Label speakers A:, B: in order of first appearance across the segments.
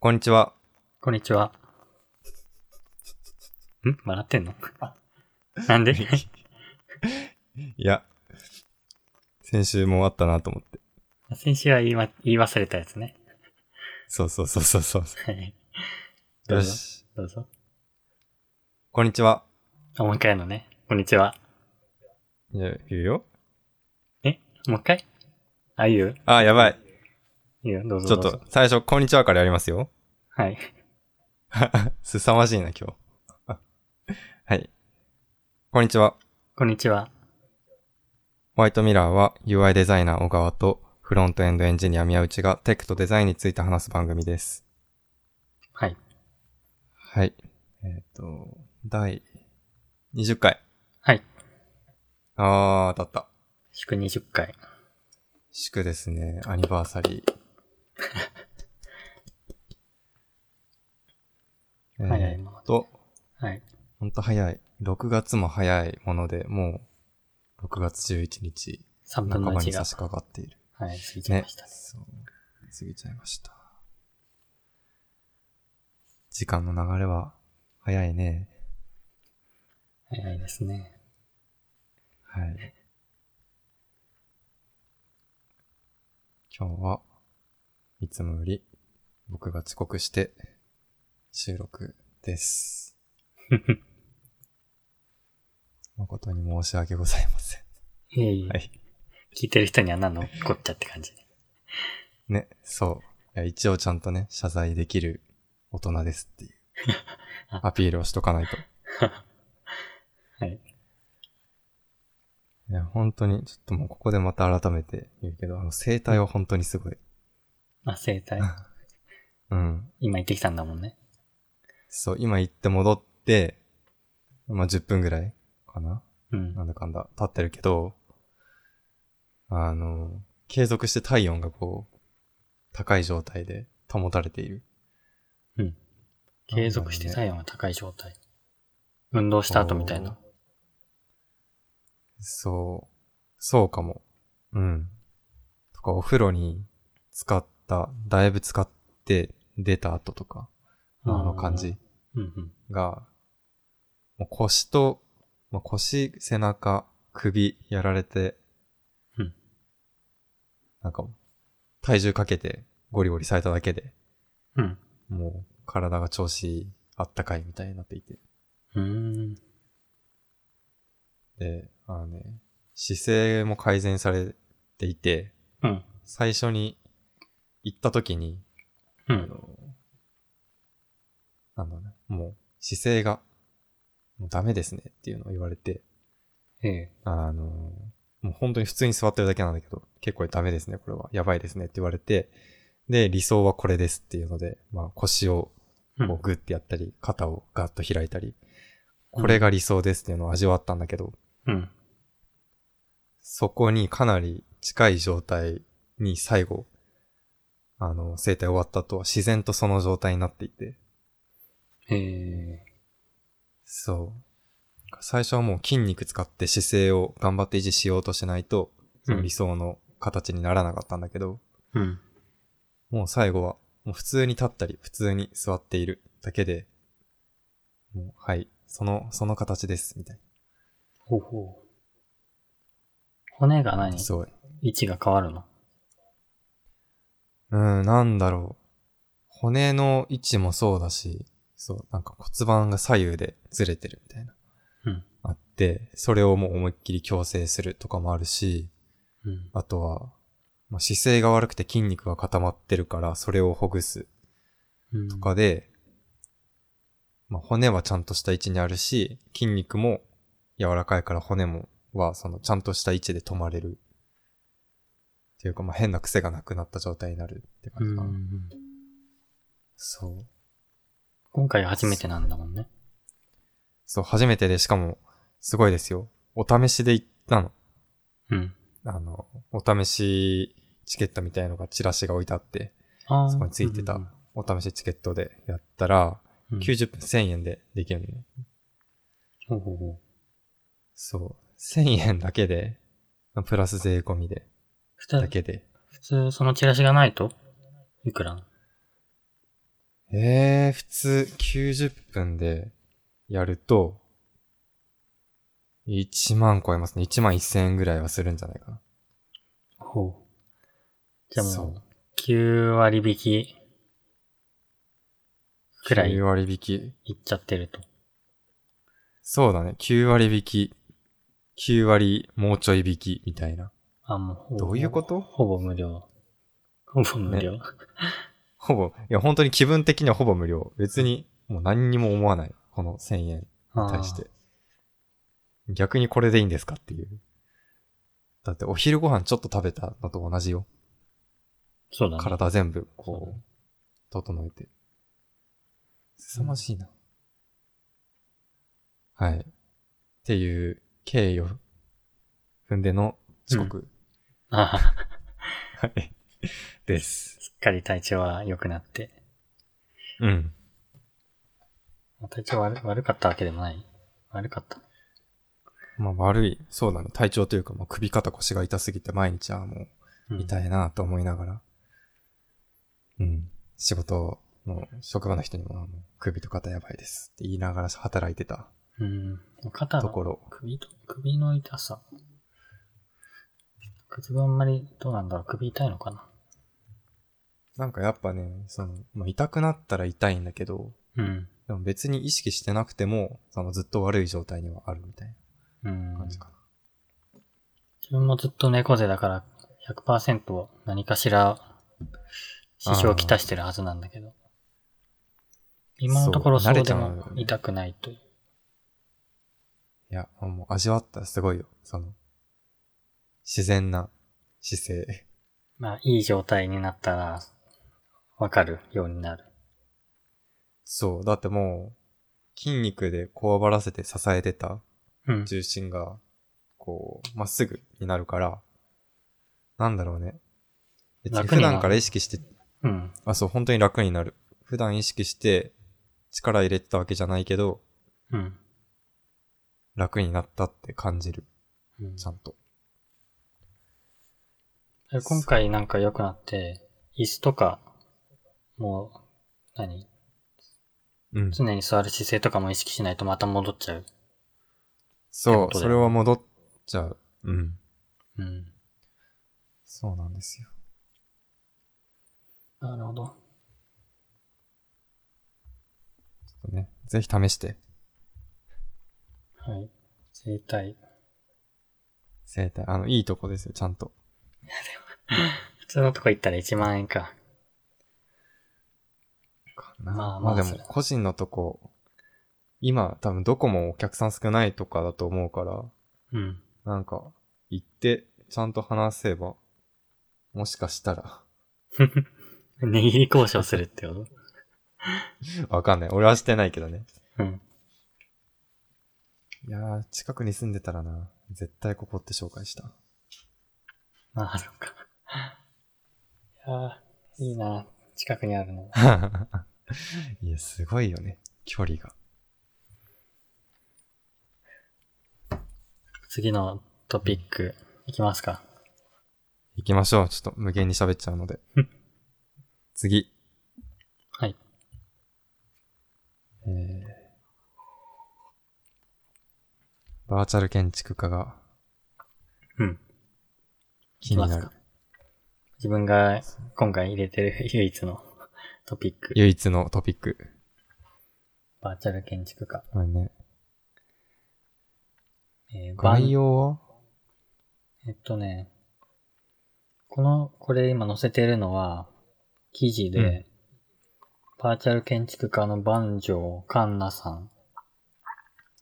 A: こんにちは。
B: こんにちは。ん笑ってんのなんで
A: いや、先週もあったなと思って。
B: 先週は言い,、ま、言い忘れたやつね。
A: そうそうそうそうそう。
B: はい。ど
A: よ
B: うぞ。
A: し。
B: どうぞ。
A: こんにちは。
B: あ、もう一回やるのね。こんにちは。
A: いや、言うよ。
B: えもう一回あ、言う
A: あ、やばい。
B: 言うよどうぞ
A: ちょっ
B: どうぞ
A: と、最初、こんにちはからやりますよ。
B: はい。
A: すさまじいな、今日。はい。こんにちは。
B: こんにちは。
A: ホワイトミラーは UI デザイナー小川とフロントエンドエンジニア宮内がテクとデザインについて話す番組です。
B: はい。
A: はい。えっ、と、第20回。
B: はい。
A: あー、当たった。
B: 祝20回。
A: 祝ですね、アニバーサリー。
B: 早い
A: えーっ
B: もので。
A: と、
B: はい。
A: ほんと早い。6月も早いもので、もう、6月11日、
B: 3
A: 半
B: 分
A: ば
B: の
A: に
B: 1
A: 差
B: が。
A: し掛かっている。
B: はい、過ぎちゃい
A: ね
B: ました。。
A: そう。過ぎちゃいました。時間の流れは、早いね。
B: 早いですね。
A: はい。今日はいつもより僕が遅刻して収録です。誠に申し訳ございません。
B: いえいえ、
A: はい。
B: 聞いてる人には何のこっちゃって感じ。
A: ね、そう。いや一応ちゃんとね、謝罪できる大人です っていうアピールをしとかないと。
B: はい。
A: いや、本当に、ちょっともうここでまた改めて言うけど、あの、生態は本当にすごい。
B: あ、生体。
A: うん。
B: 今行ってきたんだもんね。
A: そう、今行って戻って、まあ、10分ぐらいかな
B: うん。
A: なんだかんだ、経ってるけど、あの、継続して体温がこう、高い状態で保たれている。
B: うん。継続して
A: 温
B: 体温が高い状態。運動した後みたいな。。
A: そう、そうかも。うん。とか、お風呂に使った、だいぶ使って出た後とか、あの感じ。
B: うんうん。
A: が、もう腰と、まあ、腰、背中、首やられて、
B: うん
A: なんか、体重かけてゴリゴリされただけで、
B: うん。
A: もう体が調子あったかいみたいになっていて。
B: うーん。
A: で、あのね、姿勢も改善されていて、
B: うん。
A: 最初に行った時に、
B: う
A: あ
B: ん。
A: の、なんだろうね、もう姿勢が、もうダメですねっていうのを言われて、
B: ええ。
A: あの、もう本当に普通に座ってるだけなんだけど、結構ダメですね、これは。やばいですねって言われて、で、理想はこれですっていうので、まあ腰を
B: うん
A: こうグッてやったり、肩をガッと開いたり、これが理想ですっていうのを味わったんだけど、
B: うん。
A: そこにかなり近い状態に最後、あの、生体終わった後は自然とその状態になっていて、
B: ええ。
A: そう。最初はもう筋肉使って姿勢を頑張って維持しようとしないと、その理想の形にならなかったんだけど、
B: うん。
A: もう最後は、もう普通に立ったり、普通に座っているだけで、もう、はい、その、その形です、みたい
B: ほうほう。骨が何
A: な。すごい。
B: 位置が変わるの
A: うん、なんだろう。骨の位置もそうだし、そう、なんか骨盤が左右でずれてるみたいな。
B: うん。
A: あって、それをもう思いっきり矯正するとかもあるし、
B: うん。
A: あとは、まあ、姿勢が悪くて筋肉が固まってるから、それをほぐす
B: うん。
A: とかで、まあ、骨はちゃんとした位置にあるし、筋肉も柔らかいから骨もはそのちゃんとした位置で止まれる。っていうか、まあ、変な癖がなくなった状態になるって
B: う
A: 感じかな。
B: ん。
A: そう。
B: 今回初めてなんだもんね。
A: そう、初めてで、しかも、すごいですよ。お試しで行ったの。
B: うん。
A: あの、お試しチケットみたいのがチラシが置いてあって、
B: あー
A: そこについてたお試しチケットでやったら、
B: うん。
A: 90分1000円でできるのね。
B: ほうほうほう。
A: そう。1000円だけで、プラス税込みで、
B: 普
A: だ
B: 通、
A: けで。
B: 普通そのチラシがないといくら
A: えー、普通90分でやると、1万超えますね。1万1000円ぐらいはするんじゃないかな。
B: ほう。じゃあ
A: そ
B: もう
A: う、
B: 9割引きくらい
A: 9割引き。
B: いっちゃってると。
A: そうだね。9割引き。9割もうちょい引きみたいな。
B: あ、もうほぼ。
A: どういうこと
B: ほぼ無料。ほぼ無料。
A: ほぼ、いや本当に気分的にはほぼ無料。別にもう何にも思わない。この1000円に対して。逆にこれでいいんですかっていう。だってお昼ご飯ちょっと食べたのと同じよ。
B: そうだね。
A: 体全部
B: そう
A: こ
B: だね
A: う、整えて。凄まじいな。はい。っていう経緯を踏んでの遅刻、
B: あ
A: は
B: あ、
A: い。です。
B: しっかり体調は良くなって。
A: うん。
B: まあ体調悪悪かったわけでもない。悪かった。
A: まあ悪い、そうだね。体調というか、まあ、首肩腰が痛すぎて毎日はも
B: うん
A: う痛いなと思いながら。うん。仕事の職場の人にもあの首と肩やばいですって言いながら働いてた
B: うん。肩
A: と
B: の
A: ころ。
B: 首と、首の痛さ。自分あんまり、どうなんだろう、首痛いのかな。
A: なんかやっぱね、その、まあ、痛くなったら痛いんだけど、
B: うん。
A: でも別に意識してなくても、そのずっと悪い状態にはあるみたい
B: うん
A: な。感じかな。
B: 自分もずっと猫背だから100%何かしら支障をきたしてるはずなんだけど。今のところ
A: そ
B: そうう
A: 慣れち
B: で
A: ゃうんだよね
B: も痛くないという。
A: いや、もう味わったらすごいよ。その、自然な姿勢。
B: まあ、いい状態になったら、わかるようになる。
A: そう。だってもう、筋肉でこわばらせて支えてた
B: うん。
A: 重心が、こう、まっすぐになるから、なんだろうね。別に
B: 楽
A: 普
B: になる
A: 段から意識して、
B: うん。
A: あ、そう、本当に楽になる。普段意識して力入れてたわけじゃないけど、
B: うん。
A: 楽になったって感じる。
B: うん、
A: ちゃんと。
B: で今回なんか良くなって、椅子とか、もう、何
A: うん。
B: 常に座る姿勢とかも意識しないとまた戻っちゃう。
A: そ
B: こと
A: う、
B: だよ
A: それは戻っちゃう。うん。
B: うん。
A: そうなんですよ。
B: なるほど。
A: ちょっとね、ぜひ試して。
B: はい。整体。
A: 生体、あの、いいとこですよ、ちゃんと。
B: 普通のとこ行ったら1万円か。まあ
A: まあで
B: まあそ
A: も
B: れ、
A: 個人のとこ、今、多分どこもお客さん少ないとかだと思うから、
B: うん。
A: なんか、行って、ちゃんと話せば、もしかしたら、
B: 値切り交渉するってこと
A: わかんない。俺はしてないけどね。
B: うん。
A: いやー、近くに住んでたらな、絶対ここって紹介した。
B: まあ、そっか。いやーいいな。近くにあるの。
A: いや、すごいよね、距離が。
B: 次のトピック、いきますか。
A: 行きましょう。ちょっと無限に喋っちゃうの で
B: うん。
A: 次。
B: はい。
A: えーバーチャル建築家が
B: うん。
A: 気に
B: いき
A: な
B: ます
A: る
B: か。自分が今回入れてる 唯一のトピック。
A: 唯一のトピック。
B: バーチャル建築家。
A: これね。
B: えーバン
A: 概要は
B: えっとね、この、これ今載せてるのは、記事で、
A: うん
B: バーチャル建築家の万丈カンナさん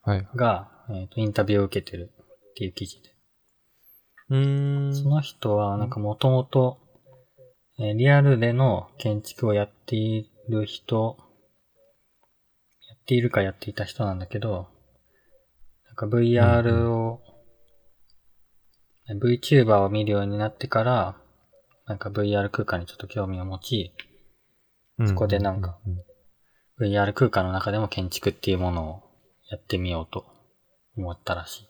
A: はい。
B: が、えっとインタビューを受けてるっていう記事で。
A: うーん。
B: その人は、なんかもともと、えーリアルでの建築をやっている人、やっているかやっていた人なんだけど、なんか VR を、VTuber を見るようになってから、なんか VR 空間にちょっと興味を持ち、
A: うん
B: そこでなんか。
A: うんうん
B: VR 空間の中でも建築っていうものをやってみようと思ったらし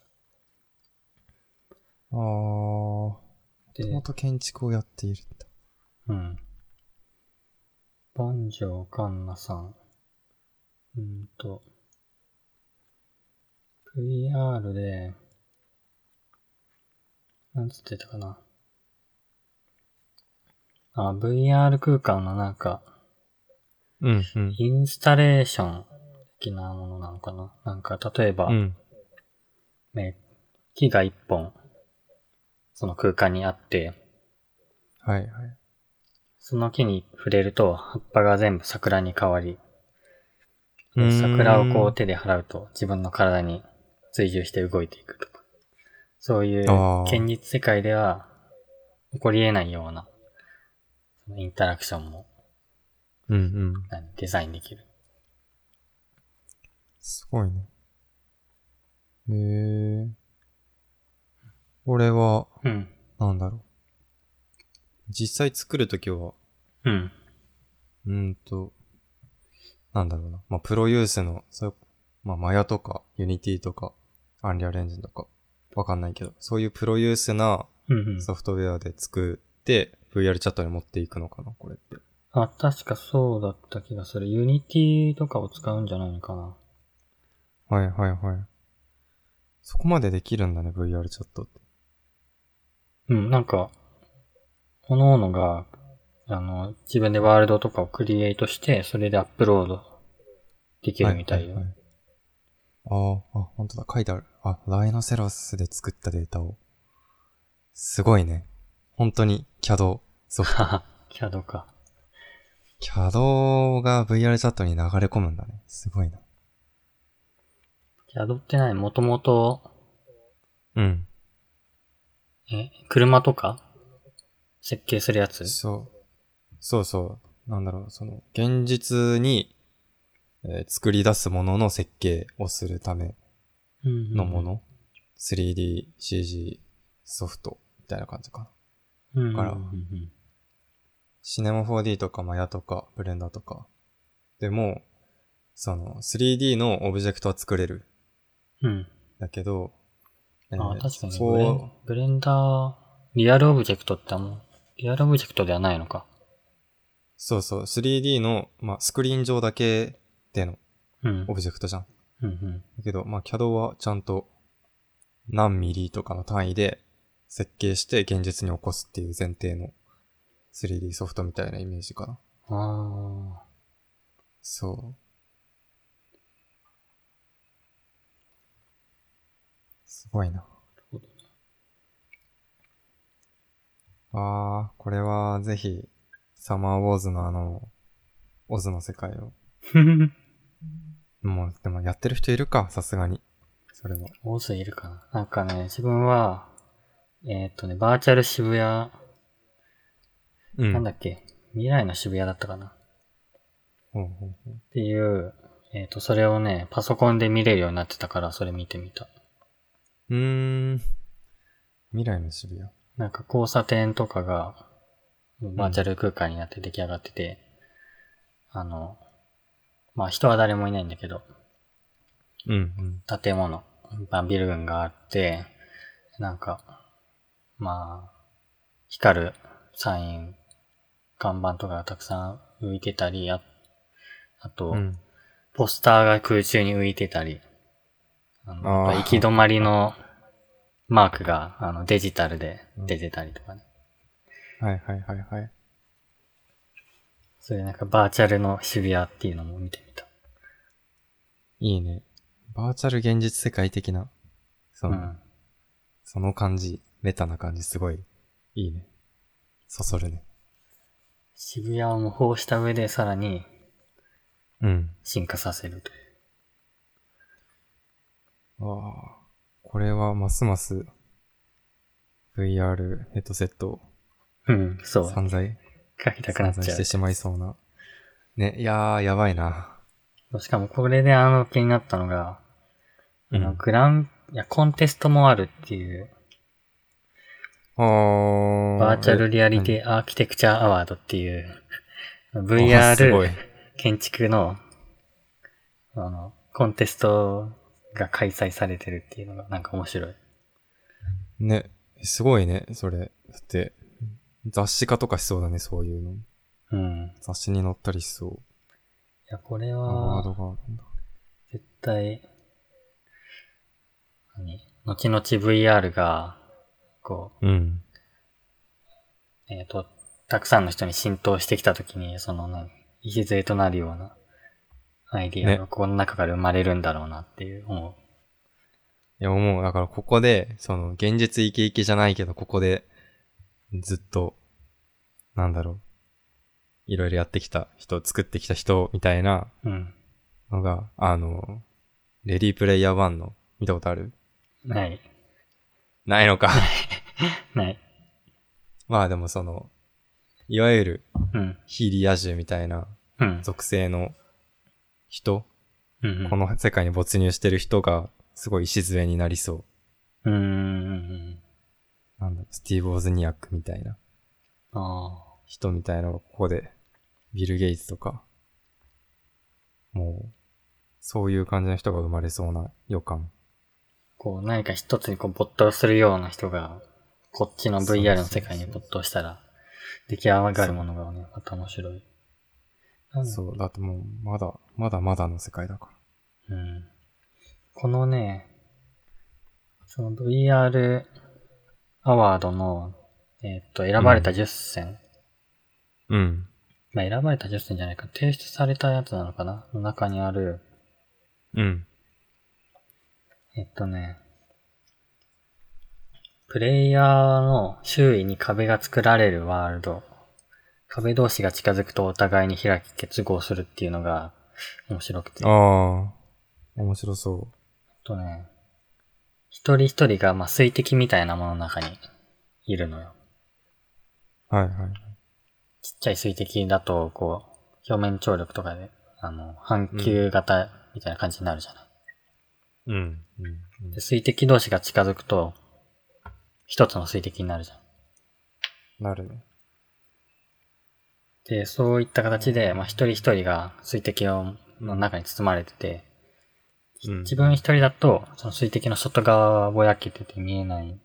A: あー、も
B: い。で
A: ともと建築をやっているんだ。
B: うん。万丈環奈さん。うーんと、VR で、なんつってたかな。あ、VR 空間のなんか、
A: うん、うん。
B: インスタレーション的なものなのかな。なんか、例えば、
A: うん、
B: ね、木が一本、その空間にあって、
A: はいはい。
B: その木に触れると、葉っぱが全部桜に変わり、で桜をこう手で払うと自分の体に追従して動いていくとか。そういう
A: あー
B: 現実世界では起こり得ないようなそのインタラクションも
A: うんうん。
B: 何デザインできる。
A: すごいね。へえ。俺は、
B: うん。
A: なんだろう。実際作るときは、
B: うん。
A: うーんと、なんだろうな。まあ、プロユースの、そうまあ、マヤとか、ユニティとか、アンリアルエンジンとか、わかんないけど、そういうプロユースな
B: うんうん。
A: ソフトウェアで作って、VR チャットに持っていくのかな、これって。
B: あ、確かそうだった気がする。ユニティとかを使うんじゃないのかな。
A: はいはいはい。そこまでできるんだね、VR チャットって。
B: うん、なんか、各々が、あの、自分でワールドとかをクリエイトして、それでアップロードできるみたいよ。
A: はははああ、あ、本当だ、書いてある。あ、ライノセロスで作ったデータを。すごいね。本当に CAD ソフト。
B: はは、 キャドか。
A: CAD が VR チャットに流れ込むんだね。すごいな。
B: キャドってないもともと、
A: うん。
B: え、車とか設計するやつ
A: そう。そうそう。なんだろう、その、現実に、えー作り出すものの設計をするための
B: の
A: も。の。3D、CG、ソフト、みたいな感じかな。
B: うん。
A: から
B: うんうん
A: シネマ 4D とかマヤとかブレンダーとか。でも、その 3D のオブジェクトは作れる。
B: うん。
A: だけど、え
B: あ、
A: ー
B: 確かにブレン
A: そ。
B: ブレンダー、リアルオブジェクトってあの、リアルオブジェクトではないのか。
A: そうそう、3D の、まあ、スクリーン上だけでの
B: うん
A: オ。ブジェクトじゃん。
B: うんうん。
A: だけど、まあ、CAD はちゃんと何ミリとかの単位で設計して現実に起こすっていう前提の 3D ソフトみたいなイメージかな。
B: あ
A: そう。すごいな
B: ほど。
A: ああ、これはぜひ、サマーウォーズのあの、オズの世界を。
B: ー。
A: もう、でもやってる人いるか、さすがに。それは。
B: 大勢いるかな。なんかね、自分は、えーっとね、バーチャル渋谷、
A: うん
B: なんだっけ、未来の渋谷だったかな。
A: ほうほうほう
B: っていう、えっ、と、それをね、パソコンで見れるようになってたから、それ見てみた。
A: うーん。未来の渋谷。
B: なんか交差点とかが、バーチャル空間になって出来上がってて、あの、まあ、人は誰もいないんだけど、
A: うん、
B: 建物、まあ、ビル群があって、なんか、まあ、光るサイン、看板とかがたくさん浮いてたり、ああと、
A: うん。うん。
B: ポスターが空中に浮いてたり、あ
A: あー
B: のやっぱ行き止まりのマークがあのデジタルで出てたりとかね。
A: はいはいはいはい。
B: そういうなんかバーチャルの渋谷っていうのも見てみた。
A: いいね。バーチャル現実世界的な、そ
B: うん。
A: の、その感じ、メタな感じ、すごい、いいね。そそるね。
B: 渋谷を模倣した上でさらに
A: うん。
B: 進化させるという。
A: ああ、これはますます、VR ヘッドセット
B: うん、そ
A: を
B: う。
A: 散財、
B: 書きたくな
A: 散財
B: っちゃ
A: し
B: う
A: て。しまいそうな。ね、いやー、やばいな。
B: しかもこれであの気になったのが、
A: う
B: あの
A: ん。
B: グラン、いや、コンテストもあるっていう、
A: あ
B: バーチャルリアリティアーキテクチャアワードっていう、VR、
A: すごい。
B: 建築の、あの、コンテストが開催されてるっていうのがなんか面白い。
A: ね、すごいね、それ。だって、雑誌化とかしそうだね、そういうの。
B: うん。
A: 雑誌に載ったりしそう。
B: いや、これ
A: ワー
B: は
A: ド、があるんだ。
B: 絶対、何後々 VR が、こ
A: うん。
B: う、えっ、と、たくさんの人に浸透してきたときに、その、何、礎となるようなアイディアが
A: ね
B: この中から生まれるんだろうなっていう思う。
A: いや、もう、だからここで、その、現実イケイケじゃないけど、ここで、ずっと、なんだろう、いろいろやってきた人、作ってきた人、みたいな
B: うん。
A: のが、あの、レディープレイヤー1の、見たことある
B: ない。
A: ないのか。
B: ない。
A: まあでもその、いわゆる、
B: うん。
A: ヒーリア獣みたいな、
B: うん。
A: 属性の人、
B: うんうん
A: この世界に没入してる人が、すごい礎になりそう。
B: うーん。
A: なんだ、スティーブ・オズニアックみたいな
B: ああ。
A: 人みたいなのがここで、ビル・ゲイツとか、もう、そういう感じの人が生まれそうな予感。
B: こう、何か一つにこう没頭するような人が、こっちの
A: そうそう
B: VR の世界に没頭したら、出来上がるものがね、また面白い。なんだ
A: そう、だってもう、まだ、まだまだの世界だか
B: うん。このね、その VR アワードの、えーっと、選ばれた10選、
A: ら。うん。
B: まあ、選ばれた10選じゃないか、提出されたやつなのかなの中にある、
A: うん。
B: えっとね、プレイヤーの周囲に壁が作られるワールド。壁同士が近づくとお互いに開き結合するっていうのが面白くて。えっ
A: ああ、面白そ
B: とね、一人一人がまあ水滴みたいなものの中にいるのよ。
A: う。はいはい。
B: ちっちゃい水滴だと、こう、表面張力とかで、あの、半球型みたいな感じになるじゃない。
A: うん。うん。
B: で水滴同士が近づくと、一つの水滴になるじゃん。
A: なるね。
B: で、そういった形で、まあ、一人一人が水滴をの中に包まれてて、
A: うん
B: 自分一人だと、その水滴の外側はぼやけてて見えない、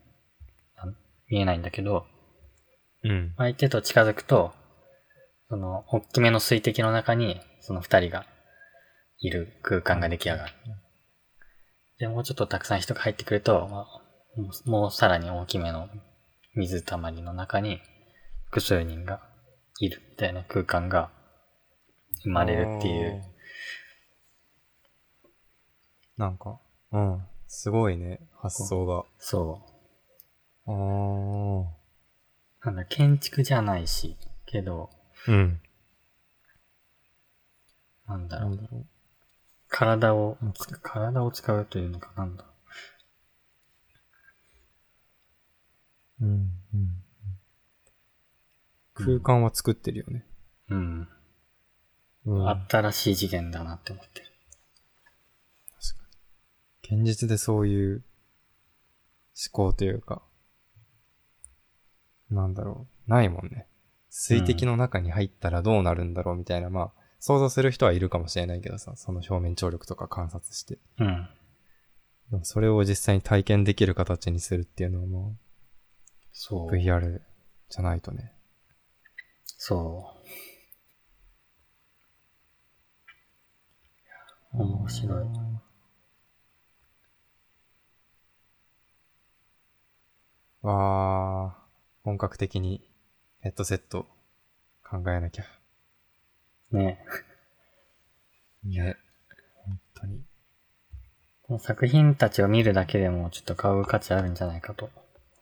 B: あ見えないんだけど、
A: うん。
B: 相手と近づくと、その、大きめの水滴の中に、その二人がいる空間が出来上がる。で、もうちょっとたくさん人が入ってくると、まあもうもうさらに大きめの水たまりの中に複数人がいるみたいな空間が生まれるっていう。。
A: なんか、うん。すごいね、発想が。
B: そ
A: あー
B: う。なんだ、建築じゃないし、けど、
A: うん。
B: なんだ
A: な
B: ろう。
A: んだろう。
B: 体を、体を使うというのかなんだ。
A: うんうん空間は作ってるよね。
B: うん。
A: うん確か
B: 新しい次元だなって思ってる。
A: に。現実でそういう思考というか、なんだろう、ないもんね。水滴の中に入ったらどうなるんだろうみたいな、まあ、想像する人はいるかもしれないけどさ、その表面張力とか観察して。
B: うん。
A: でもそれを実際に体験できる形にするっていうのはも
B: そうう。
A: VR じゃないとね。
B: そう。面白い。
A: わあ、本格的にヘッドセット考えなきゃ。
B: ね
A: ね。本当に。
B: この作品たちを見るだけでもちょっと買う価値あるんじゃないかと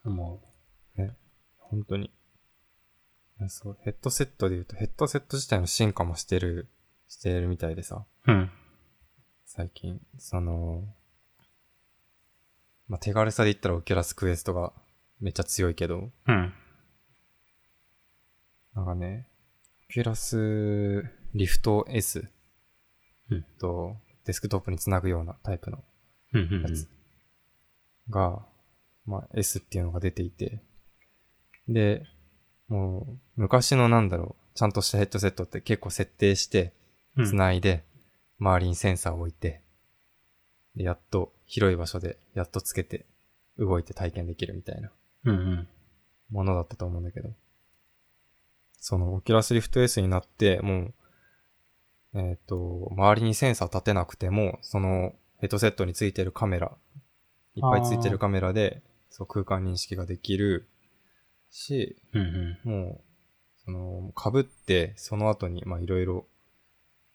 B: 思
A: 本当に。いやそう、ヘッドセットで言うと、ヘッドセット自体の進化もしてる、してるみたいでさ、
B: う。うん。
A: 最近、その、まあ、手軽さで言ったらオキュラスクエストがめっちゃ強いけど、
B: うん。
A: なんかね、オキュラスリフト S
B: うん
A: とデスクトップにつなぐようなタイプの
B: うんうん
A: やつが、まあ、S っていうのが出ていて、で、もう昔のなんだろう、ちゃんとしたヘッドセットって結構設定して、
B: うん。
A: つないで、周りにセンサーを置いて、でやっと広い場所でやっとつけて、動いて体験できるみたいな
B: うんうん。
A: ものだったと思うんだけど、その、オキュラスリフト S になって、もう、えっ、と、周りにセンサー立てなくても、その、ヘッドセットについてるカメラ、いっぱいついてるカメラで、そう、空間認識ができるし、
B: うんう
A: もう、その、被って、その後に、まあ、いろいろ、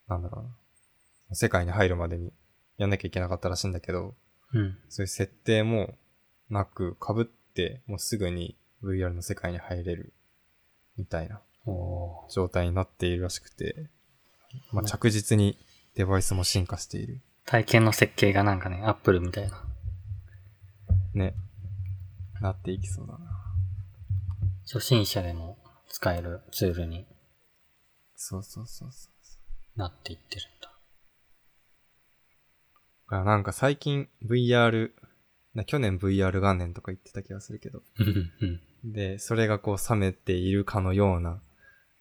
A: なんだろうな、世界に入るまでにやんなきゃいけなかったらしいんだけど、
B: ん。うん。
A: そういう設定もなく、被って、もうすぐに VR の世界に入れる、みたいな
B: お
A: 状態になっているらしくて、まあ、
B: ね
A: 着実にデバイスも進化している。
B: ー体験の設計がなんかね、アップルみたいな。
A: ね。なっていきそうだな。
B: 初心者でも使えるツールに
A: そうそうそうそう。
B: なっていってるんだ。
A: だからなんか最近 VR、な去年 VR 元年とか言ってた気がするけど、
B: うんうん。
A: で、それがこう冷めているかのような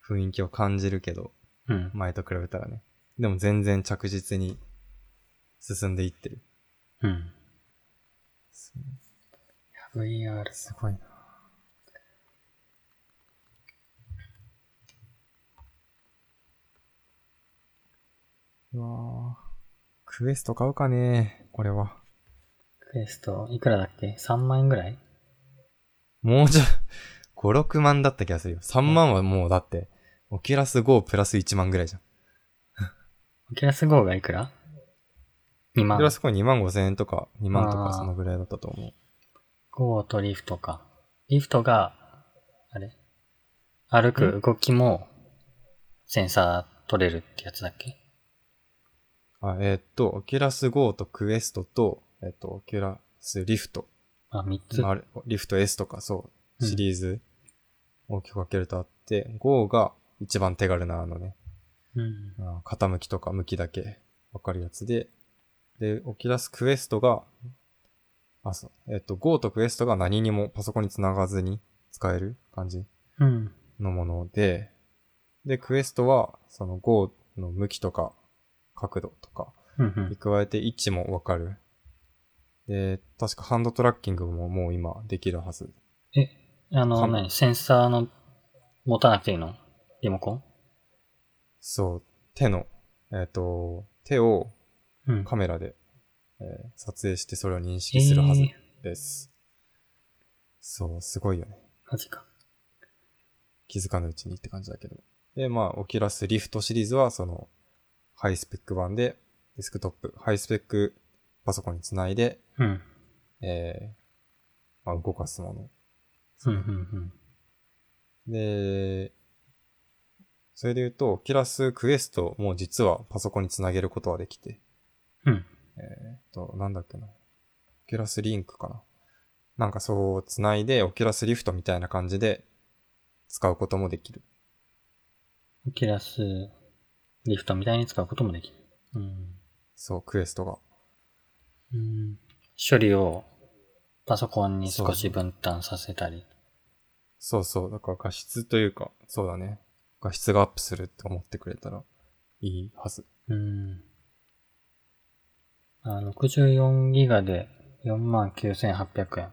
A: 雰囲気を感じるけど、
B: うん。
A: 前と比べたらね。でも全然着実に進んでいってる。
B: うん。
A: す
B: VR。
A: すごいな。うわぁ。クエスト買うかねこれは。
B: クエスト、いくらだっけ ?3 万円ぐらい
A: もうじゃ、5、6万だった気がするよ。3万はもうだって、オキュラス GO プラス1万ぐらいじゃん。
B: オキュラス GO がいくら ?2
A: オ
B: 万
A: キュ。ラス GO 2万5千円とか、2万と
B: あ
A: か
B: ー
A: そのぐらいだったと思う。
B: GO とリフトか。リフトが、あれ歩く動きもセンサー取れるってやつだっけ
A: あえーっと、オキュラス GO とクエストと、えーっと、オキュラスリフト。
B: あ、3つ。
A: まああれリフト S とかそう、
B: うん
A: シリーズ大きく分けるとあって、GO が一番手軽なあのね、
B: うん。
A: あー傾きとか向きだけ分かるやつで、で、オキュラスクエストが、あ、そう、えーっと、GO とクエストが何にもパソコンにつながずに使える感じ
B: うん。
A: のもので、で、クエストは、その GO の向きとか、角度とか、
B: うん
A: に加えて位置もわかる。で、確かハンドトラッキングももう今できるはず。
B: うん。え、あの、
A: か
B: 何センサーの、持たなくていいのリモコン
A: そう、手の、えっ、と、手を
B: うん。
A: カメラで、えー撮影してそれを認識するはず
B: えー
A: です。そう、すごいよね。
B: マジか。
A: 気づかぬうちにって感じだけど。で、まあ、オキュラスリフトシリーズはその、ハイスペック版で、デスクトップ、ハイスペックパソコンにつないで、
B: うん。
A: えー、まあ、動かすもの。
B: うん、うん、
A: で、それで言うと、キラスクエストも実はパソコンにつなげることはできて、
B: うん。うん。
A: えーっと、なんだっけな。オキュラスリンクかな。なんかそう、つないで、オキュラスリフトみたいな感じで使うこともできる。
B: オキュラス、リフトみたいに使うこともできる。うん。
A: そう、クエストが。
B: うん。処理をパソコンに少し分担させたり。
A: そうそう、だから画質というか、そうだね。画質がアップするって思ってくれたらいいはず。
B: うん。あ64ギガで49,800円。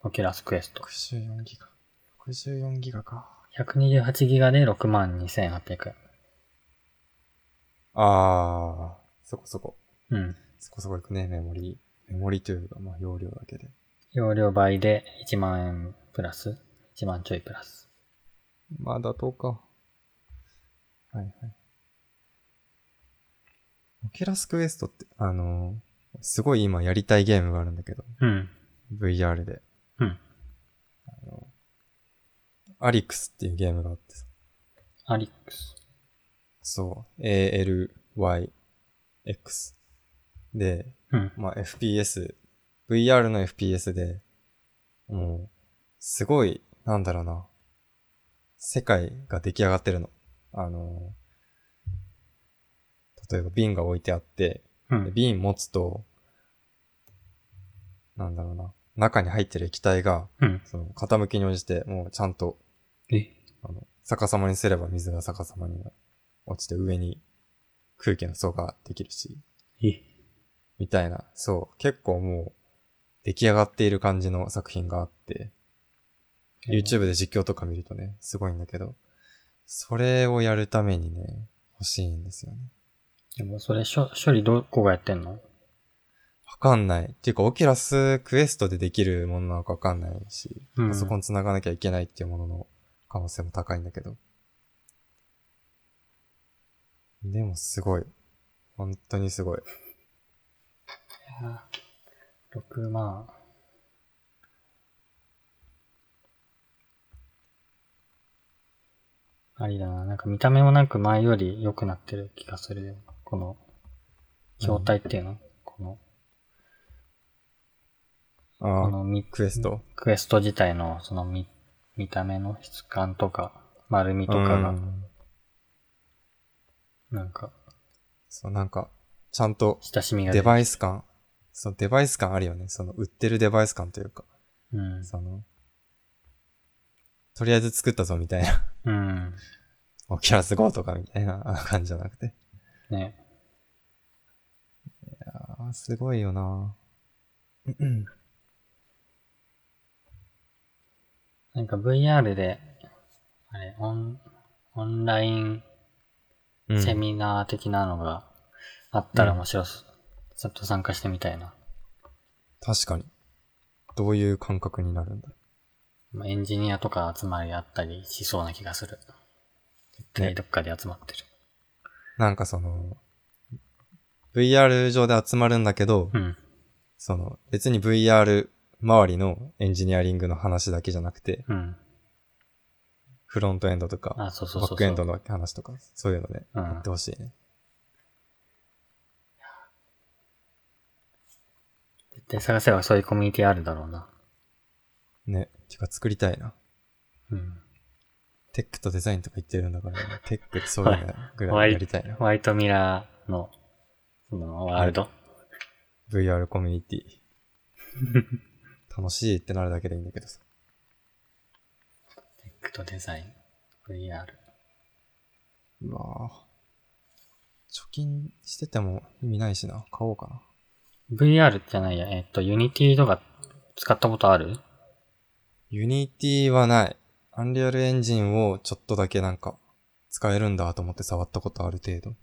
B: オキュラスクエスト。
A: 64ギガ。64ギガか。
B: 128ギガで62,800円。
A: あー、そこそこ。
B: うん。
A: そこそこいくね、メモリー。メモリーというか、まあ、容量だけで。
B: 容量倍で1万円プラス。1万ちょいプラス。
A: まあ、妥当か。はいはい。オキュラスクエストって、あのーすごい今やりたいゲームがあるんだけど、
B: うん。
A: VR で。
B: うん。
A: アリックスっていうゲームがあってさ
B: アリックス。
A: そう。ALYX。で、
B: うん。
A: まあ、FPS、VR の FPS で、もう、すごい、なんだろうな、世界が出来上がってるの。あの、例えば瓶が置いてあって、
B: う
A: で
B: ん。
A: 瓶持つと、なんだろうな、中に入ってる液体が、
B: うん。
A: その、傾きに応じて、もうちゃんと、
B: え
A: あの、逆さまにすれば水が逆さまに落ちて上に空気の層ができるし、
B: え
A: みたいな、そう、結構もう、出来上がっている感じの作品があって、YouTube で実況とか見るとね、すごいんだけど、それをやるためにね、欲しいんですよね。
B: でもそれ処処理どこがやってんの
A: わかんない。っていうか、オキュラスクエストでできるものなのかわかんないし、
B: うん
A: パソコン繋がなきゃいけないっていうものの可能性も高いんだけど。でもすごい。本当にすごい。
B: 6万。ありだな。なんか見た目もなんか前より良くなってる気がするよ。この、筐体っていうの、この、
A: あ
B: こ
A: あ、
B: のみ
A: クエスト。
B: クエスト自体のその見、見た目の質感とか、丸みとか
A: う
B: が、
A: ん
B: なんか、
A: そう、なんか、ちゃんと
B: 親しみが出
A: デ
B: る
A: バイス感、そう、デバイス感あるよね。その、売ってるデバイス感というか、
B: うん。
A: その、とりあえず作ったぞみたいな、
B: うん。
A: オキュラス GO とかみたいな あ感じじゃなくて。
B: ね。
A: ああ、すごいよな。うん
B: なんか VR で、あれ、オン、オンライン
A: うん
B: セミナー的なのがあったら
A: うん
B: 面白そう。ちょっと参加してみたいな。
A: 確かに。どういう感覚になるんだろ
B: まあエンジニアとか集まりあったりしそうな気がする。絶対どっかで集まってる。
A: う。なんかその、VR 上で集まるんだけど、
B: うん。
A: その、別に VR 周りのエンジニアリングの話だけじゃなくて、
B: うん。
A: フロントエンドとか、
B: あ、そうそう
A: バ
B: そ
A: ッ
B: うそう。
A: クエンドの話とか、そういうので、
B: うん
A: やってほしいね。
B: 絶対探せばそういうコミュニティあるだろうな。
A: ね。てか作りたいな。
B: うん。
A: テックとデザインとか言ってるんだから、ね、テックそういうのぐ
B: は
A: ら
B: い
A: いやりたいな
B: ホ。ワイトミラーの、その、ワールド、
A: VR コミュニティ。楽しいってなるだけでいいんだけどさ。
B: テックとデザイン、VR。
A: うわぁ。貯金してても意味ないしな。買おうかな。
B: VR じゃないや、えっと、ユニティとか使ったことある
A: ユニティはない。アンリアルエンジンをちょっとだけなんか使えるんだと思って触ったことある程度。ユ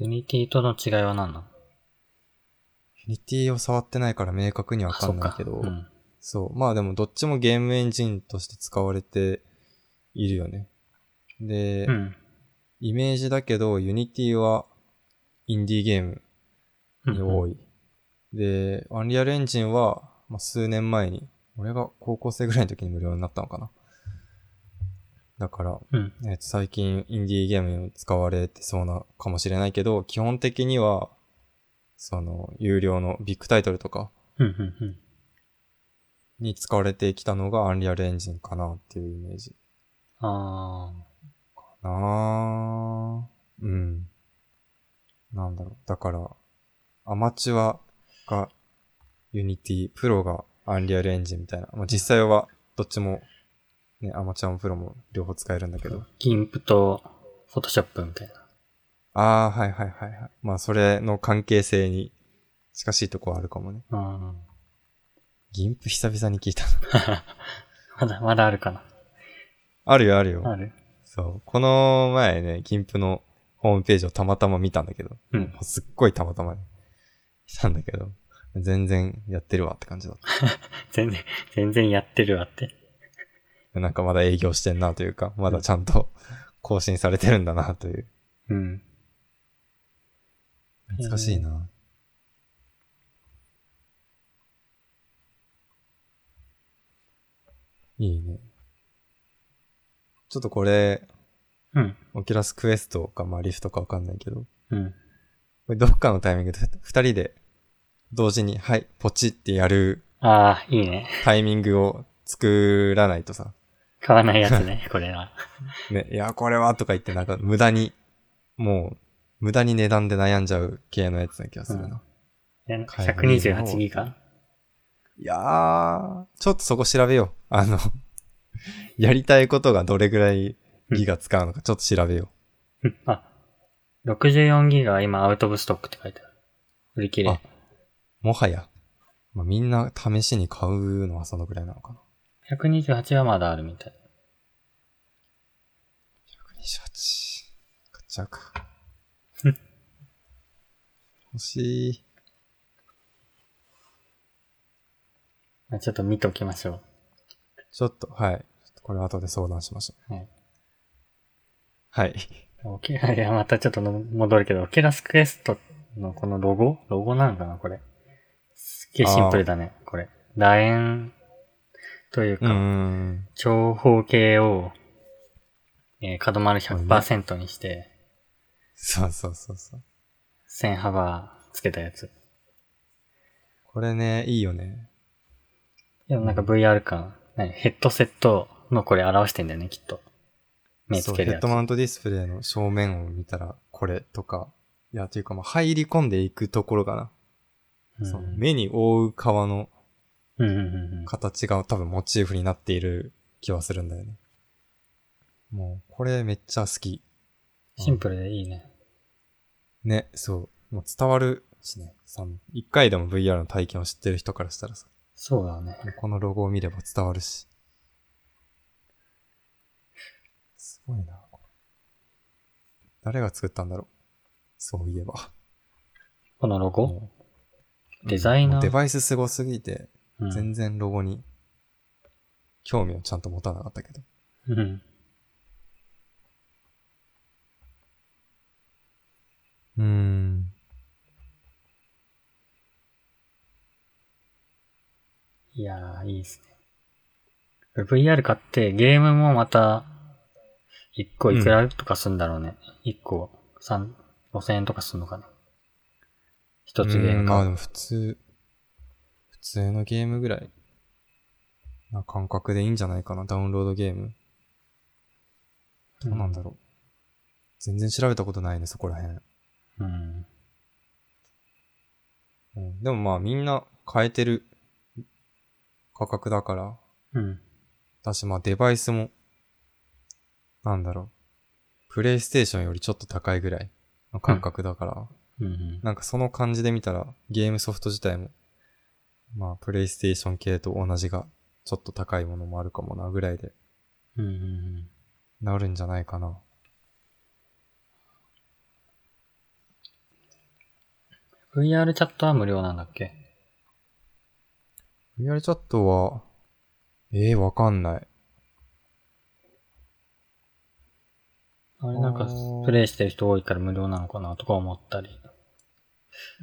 B: ユニティとの違いは何なの
A: ニティを触ってないから明確にわかんないけど、
B: あそっかうん。
A: そう。まあでもどっちもゲームエンジンとして使われているよね。で、
B: うん。
A: イメージだけど、ユニティはインディーゲーム
B: うん
A: に多い。で、アンリアルエンジンは、まあ、数年前に、俺が高校生ぐらいの時に無料になったのかな。だから、
B: うん。
A: えっと最近インディーゲームに使われてそうなかもしれないけど、基本的には、その、有料のビッグタイトルとか
B: うん。うん。うん。
A: に使われてきたのがアンリアルエンジンかなっていうイメージ。
B: あ
A: なあうん。なんだろう。だから、アマチュアがユニティ、プロがアンリアルエンジンみたいな。まあ、実際はどっちも、ね、アマチュアもプロも両方使えるんだけど
B: あ。。ギンプと、フォトショップみたいな。
A: ああ、はいはいはいはい。まあ、それの関係性に近しいとこはあるかもね。
B: うん。
A: ギンプ久々に聞いた。
B: まだ、まだあるかな。
A: あるよある
B: あ
A: よ。
B: る
A: そう。この前ね、ギンプのホームページをたまたま見たんだけど。
B: うん。
A: すっごいたまたましたんだけど、全然やってるわって感じだっ
B: 全然、全然やってるわって。
A: た。なんかまだ営業してんなというか、まだちゃんと更新されてるんだなという。
B: うん。
A: 懐かしいな。いいね。ちょっとこれ、
B: うん。
A: オキュラスクエストか、まあリフトかわかんないけど、
B: うん。
A: これどっかのタイミングで二人で同時に、はい、ポチってやる
B: ああ、いいね。
A: タイミングを作らないとさ、
B: 買わないやつ ね、これは。
A: ね、いや、これはとか言って、なんか無駄に、もう、無駄に値段で悩んじゃう系のやつな気がするな。
B: え
A: 買えばいいの
B: 128ギガ
A: いやー、ちょっとそこ調べよう。あの、 やりたいことがどれぐらいギガ使うのかちょっと調べよ
B: うんあ、64ギガは今アウトオブストックって書いてある。売り切れ
A: あ。う。もはや、まあ、みんな試しに買うのはそのぐらいなのかな。
B: 128はまだあるみたい。
A: 28。買っちゃうか。 欲しい。
B: まあちょっと見ておきましょ
A: ちょっと、はい。ちょっとこれ後で相談しましょう。
B: はい。
A: はい。
B: う。オケラ、いや、またちょっとの戻るけど、オケラスクエストのこのロゴロゴなのかなこれ。すっげえシンプルだね、これ。楕円という
A: う
B: か、
A: ーん。
B: 長方形を、えー角丸100%にして、
A: そうそうそうそう。
B: 線幅つけたやつ。
A: これね、いいよね。
B: でもなんか VR 感、何ヘッドセットのこれ表してんだよね、きっと。目つ
A: そう
B: け
A: ヘ
B: る
A: ッ
B: や
A: ド
B: つ。
A: マウントディスプレイの正面を見たら、これとか。いや、というか、まあ、入り込んでいくところかな。
B: うん
A: その目に覆う革の
B: うんうんうんうん。
A: 形が多分モチーフになっている気はするんだよね。もう、これめっちゃ好き。
B: シンプルでいいね。
A: ね、そう。もう伝わるしね。さ一回でも VR の体験を知ってる人からしたらさ、
B: そうだね。
A: このロゴを見れば伝わるし。すごいな、これ誰が作ったんだろう。そういえば。
B: このロゴ
A: もう
B: デザイナー
A: もうデバイスすごすぎて、
B: うん
A: 全然ロゴに興味をちゃんと持たなかったけど。
B: うん。
A: うーん。
B: いやー、いいですね。これ VR 買ってゲームもまた、1個いくらとかすんだろうね。一1個、三5000円とかすんのかな。一つ
A: う
B: ゲー
A: ーん
B: ム
A: まあ
B: 買
A: で
B: う。
A: も普通、普通のゲームぐらいな感覚でいいんじゃないかな、ダウンロードゲーム。どうなんだろう。全然調べたことないね、そこら辺。
B: うん。
A: うん、でもまあみんな変えてる価格だから、
B: うん。
A: だしまあデバイスも、なんだろう。プレイステーションよりちょっと高いぐらいの感覚だから、
B: うんうん。
A: なんかその感じで見たらゲームソフト自体も、まあプレイステーション系と同じがちょっと高いものもあるかもなぐらいで
B: うんうんうん。
A: なるんじゃないかな。
B: VR チャットは無料なんだっけ
A: VR チャットは、ええー、わかんない。
B: あれなんか
A: あー、
B: プレイしてる人多いから無料なのかなとか思ったり。
A: い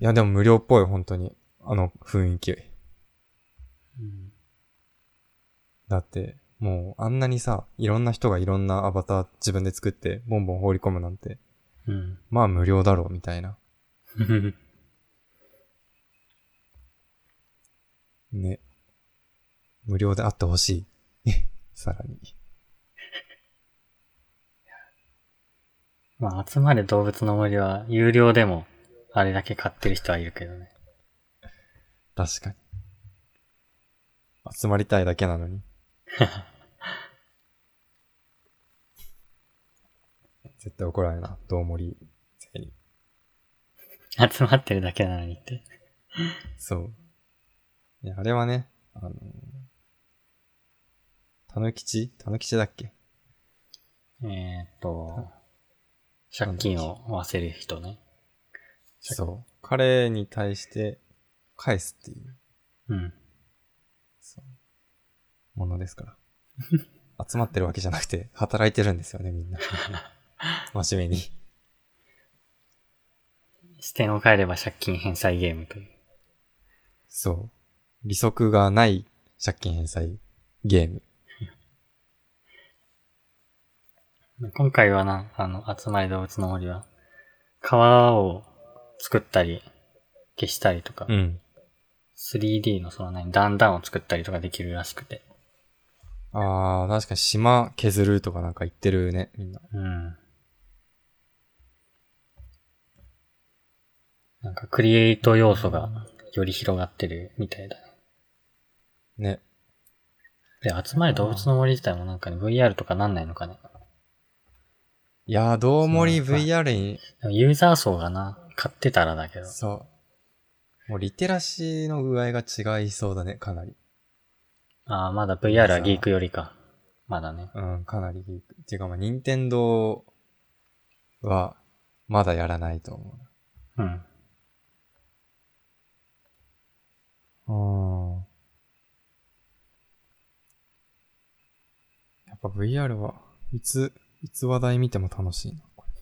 A: やでも無料っぽい、本当に。あの雰囲気。
B: うん。
A: だって、もうあんなにさ、いろんな人がいろんなアバター自分で作って、ボンボン放り込むなんて、
B: うん。
A: まあ無料だろう、みたいな。ね。無料であってほしい。さらに。
B: まあ、集まれ動物の森は、有料でも、あれだけ買ってる人はいるけどね。
A: 確かに。集まりたいだけなのに。絶対怒られな、どうもり生に。
B: 集まってるだけなのにって。
A: そう。いや、あれはね、あのー、たぬきちたぬきちだっけ
B: えー、っと、借金を負わせる人ね。
A: そう。彼に対して返すっていう、
B: うん。
A: そう、ものですから。集まってるわけじゃなくて、働いてるんですよね、みんな。真面目に。
B: 視点を変えれば借金返済ゲームという。
A: そう。利息がない借金返済ゲーム。
B: 今回はな、あの、集まれ動物の森は、川を作ったり、消したりとか、
A: うん。
B: 3D のその何、段々を作ったりとかできるらしくて。
A: あー、確かに島削るとかなんか言ってるね、みんな。
B: うん。なんかクリエイト要素がより広がってるみたいだね。
A: ね。
B: で、集まれ動物の森自体もなんかね、VR とかなんないのかね。
A: いやー、どうもり
B: そうなん
A: VR に、
B: でもユーザー層がな、買ってたらだけど。
A: そう。もうリテラシーの具合が違いそうだね、かなり。
B: ああ、まだ VR はギークよりか。まだね。
A: うん、かなりギーク。っていうか、まあ、任天堂は、まだやらないと思う。
B: うん。
A: うん。やっぱ VR はいつ、いつ話題見ても楽しいな。これ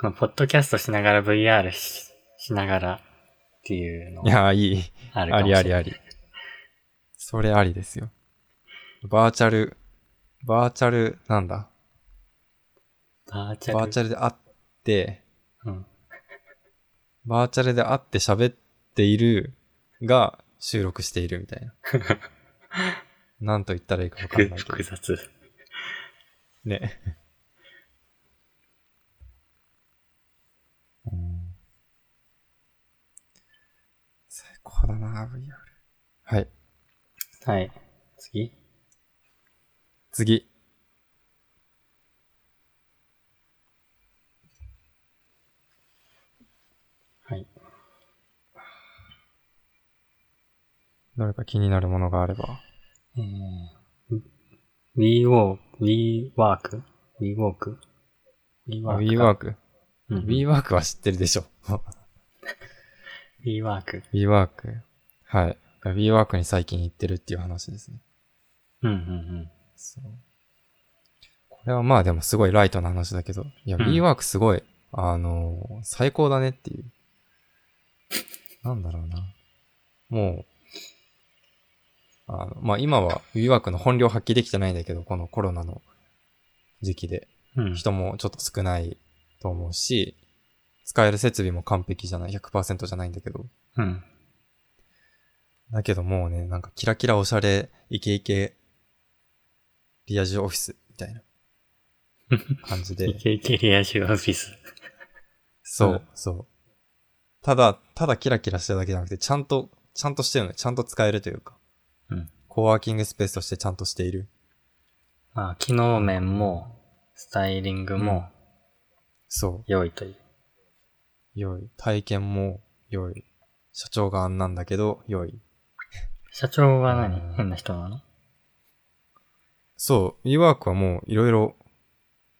B: このポッドキャストしながら VR ししながらっていうの
A: いやー、いい。
B: あるか
A: あ
B: もしれ
A: り
B: ない。
A: ありあり。それありですよ。バーチャル、バーチャル、なんだ。
B: バーチャル。
A: バーチャルで会って、
B: うん。
A: バーチャルで会って喋っているが収録しているみたいな。 なんと言ったらいいかわかんないけど
B: 複。雑。
A: ね。うん最高だな、VR。はい。
B: はい。次。
A: 次。
B: はい。
A: どれか気になるものがあれば。
B: えー、WeWork、WeWork、WeWork、
A: あ
B: WeWork か。
A: WeWork。
B: うん
A: WeWork は知ってるでし ょ。
B: WeWork。
A: WeWork。はい。WeWork に最近行ってるっていう話ですね。
B: うんうん
A: そう。これはまあでもすごいライトな話だけど、いや、
B: うん
A: WeWork すごい、あのー最高だねっていう。なんだろうな。もう、あの、まあ今は WeWork の本領発揮できてないんだけど、このコロナの時期で。
B: うん。うん。
A: 人もちょっと少ないと思うし、使える設備も完璧じゃない、100%じゃないんだけど。
B: うん。
A: だけどもうね、なんかキラキラおしゃれ、イケイケ、リア充オフィスみ たいな感じで
B: イ。ケイケリアシュオフィス。、
A: そううんそう。ただ、ただキラキラしてるだけじゃなくて、ちゃんと、ちゃんとしてるのよちゃんと使えるというか。
B: うん。
A: コワーキングスペースとしてちゃんとしている。
B: まあ、機能面も、スタイリングも
A: そう。
B: 良いという。
A: 良い。体験も良い。社長があんなんだけど、良い。
B: 社長は何、
A: うん
B: 変な人なの
A: そう、WeWork はもういろいろ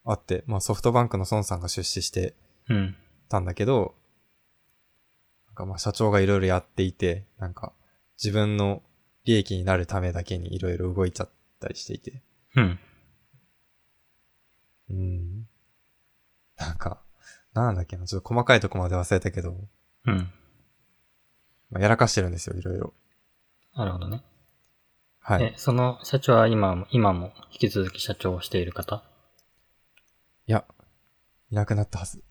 A: あって、まあソフトバンクの孫さんが出資して
B: うん。
A: たんだけど、なんかまあ社長がいろいろやっていて、なんか自分の利益になるためだけにいろいろ動いちゃったりしていて。
B: うん。
A: うん。なんか、なんだっけな、ちょっと細かいとこまで忘れたけど、
B: うん。
A: まあ、やらかしてるんですよ、いろいろ。
B: なるほどね。
A: は
B: え
A: い。、
B: その社長は今も、今も引き続き社長をしている方
A: いや、いなくなったはず。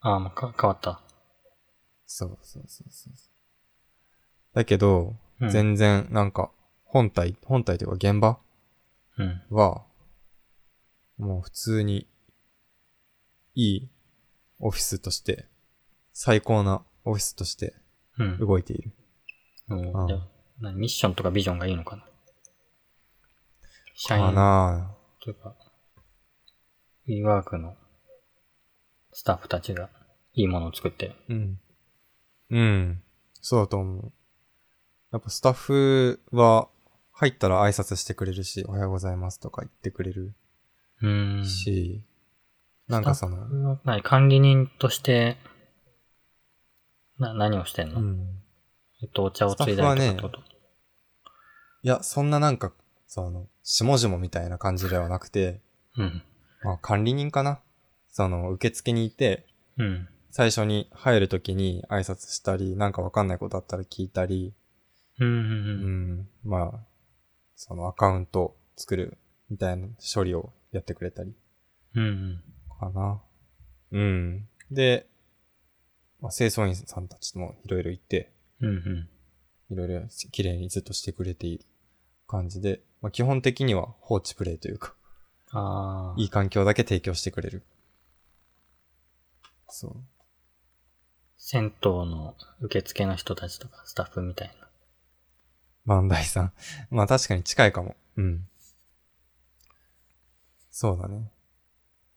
B: ああ、もうか変わった。
A: そうそうそうそう。だけど、
B: うん
A: 全然、なんか、本体、本体というか現場
B: うん。
A: は、もう普通に、いいオフィスとして、最高なオフィスとして
B: うん。
A: 動いている。
B: うんじゃあ何ミッションとかビジョンがいいのかな社
A: か
B: 員
A: なぁ
B: というか、WeWork のスタッフたちがいいものを作ってる。
A: うん。うん。そうだと思う。やっぱスタッフは、入ったら挨拶してくれるし、おはようございますとか言ってくれる
B: うーん。
A: し、なんかその、
B: 何管理人として、な、何をしてんの、
A: うん。
B: えっと、お茶をついだりとかってこと、
A: いや、そんななんか、その、下々みたいな感じではなくて、
B: うん。
A: まあ管理人かなその、受付にいて、
B: うん。
A: 最初に入るときに挨拶したり、なんかわかんないことあったら聞いたり、
B: うん。う。
A: うんん、まあ、そのアカウント作るみたいな処理をやってくれたり
B: うん。うん。
A: かな。うん。で、まあ、清掃員さんたちもいろいろ行って、
B: うん。うん。
A: いろいろ綺麗にずっとしてくれている感じで、まあ、基本的には放置プレイというか、
B: ああ。
A: いい環境だけ提供してくれる。そう。
B: 銭湯の受付の人たちとか、スタッフみたいな。
A: 万代さん。 まあ確かに近いかも。うん。そうだね。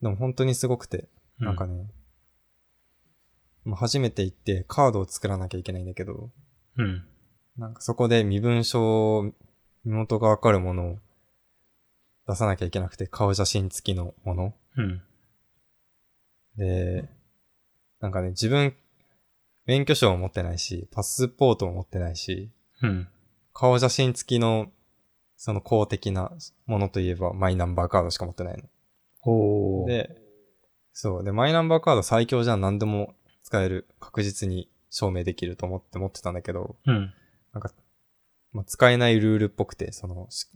A: でも本当にすごくて、
B: う
A: なんかね、まあ初めて行ってカードを作らなきゃいけないんだけど、
B: うん。
A: なんかそこで身分証、身元がわかるものを出さなきゃいけなくて、顔写真付きのもの
B: うん。
A: で、なんかね、自分、免許証も持ってないし、パスポートも持ってないし、
B: うん。
A: 顔写真付きの、その公的なものといえば、マイナンバーカードしか持ってないの。
B: おー。
A: で、そう。で、マイナンバーカード最強じゃん。何でも使える。確実に証明できると思って持ってたんだけど、
B: うん。
A: なんか、まあ、使えないルールっぽくて、その、し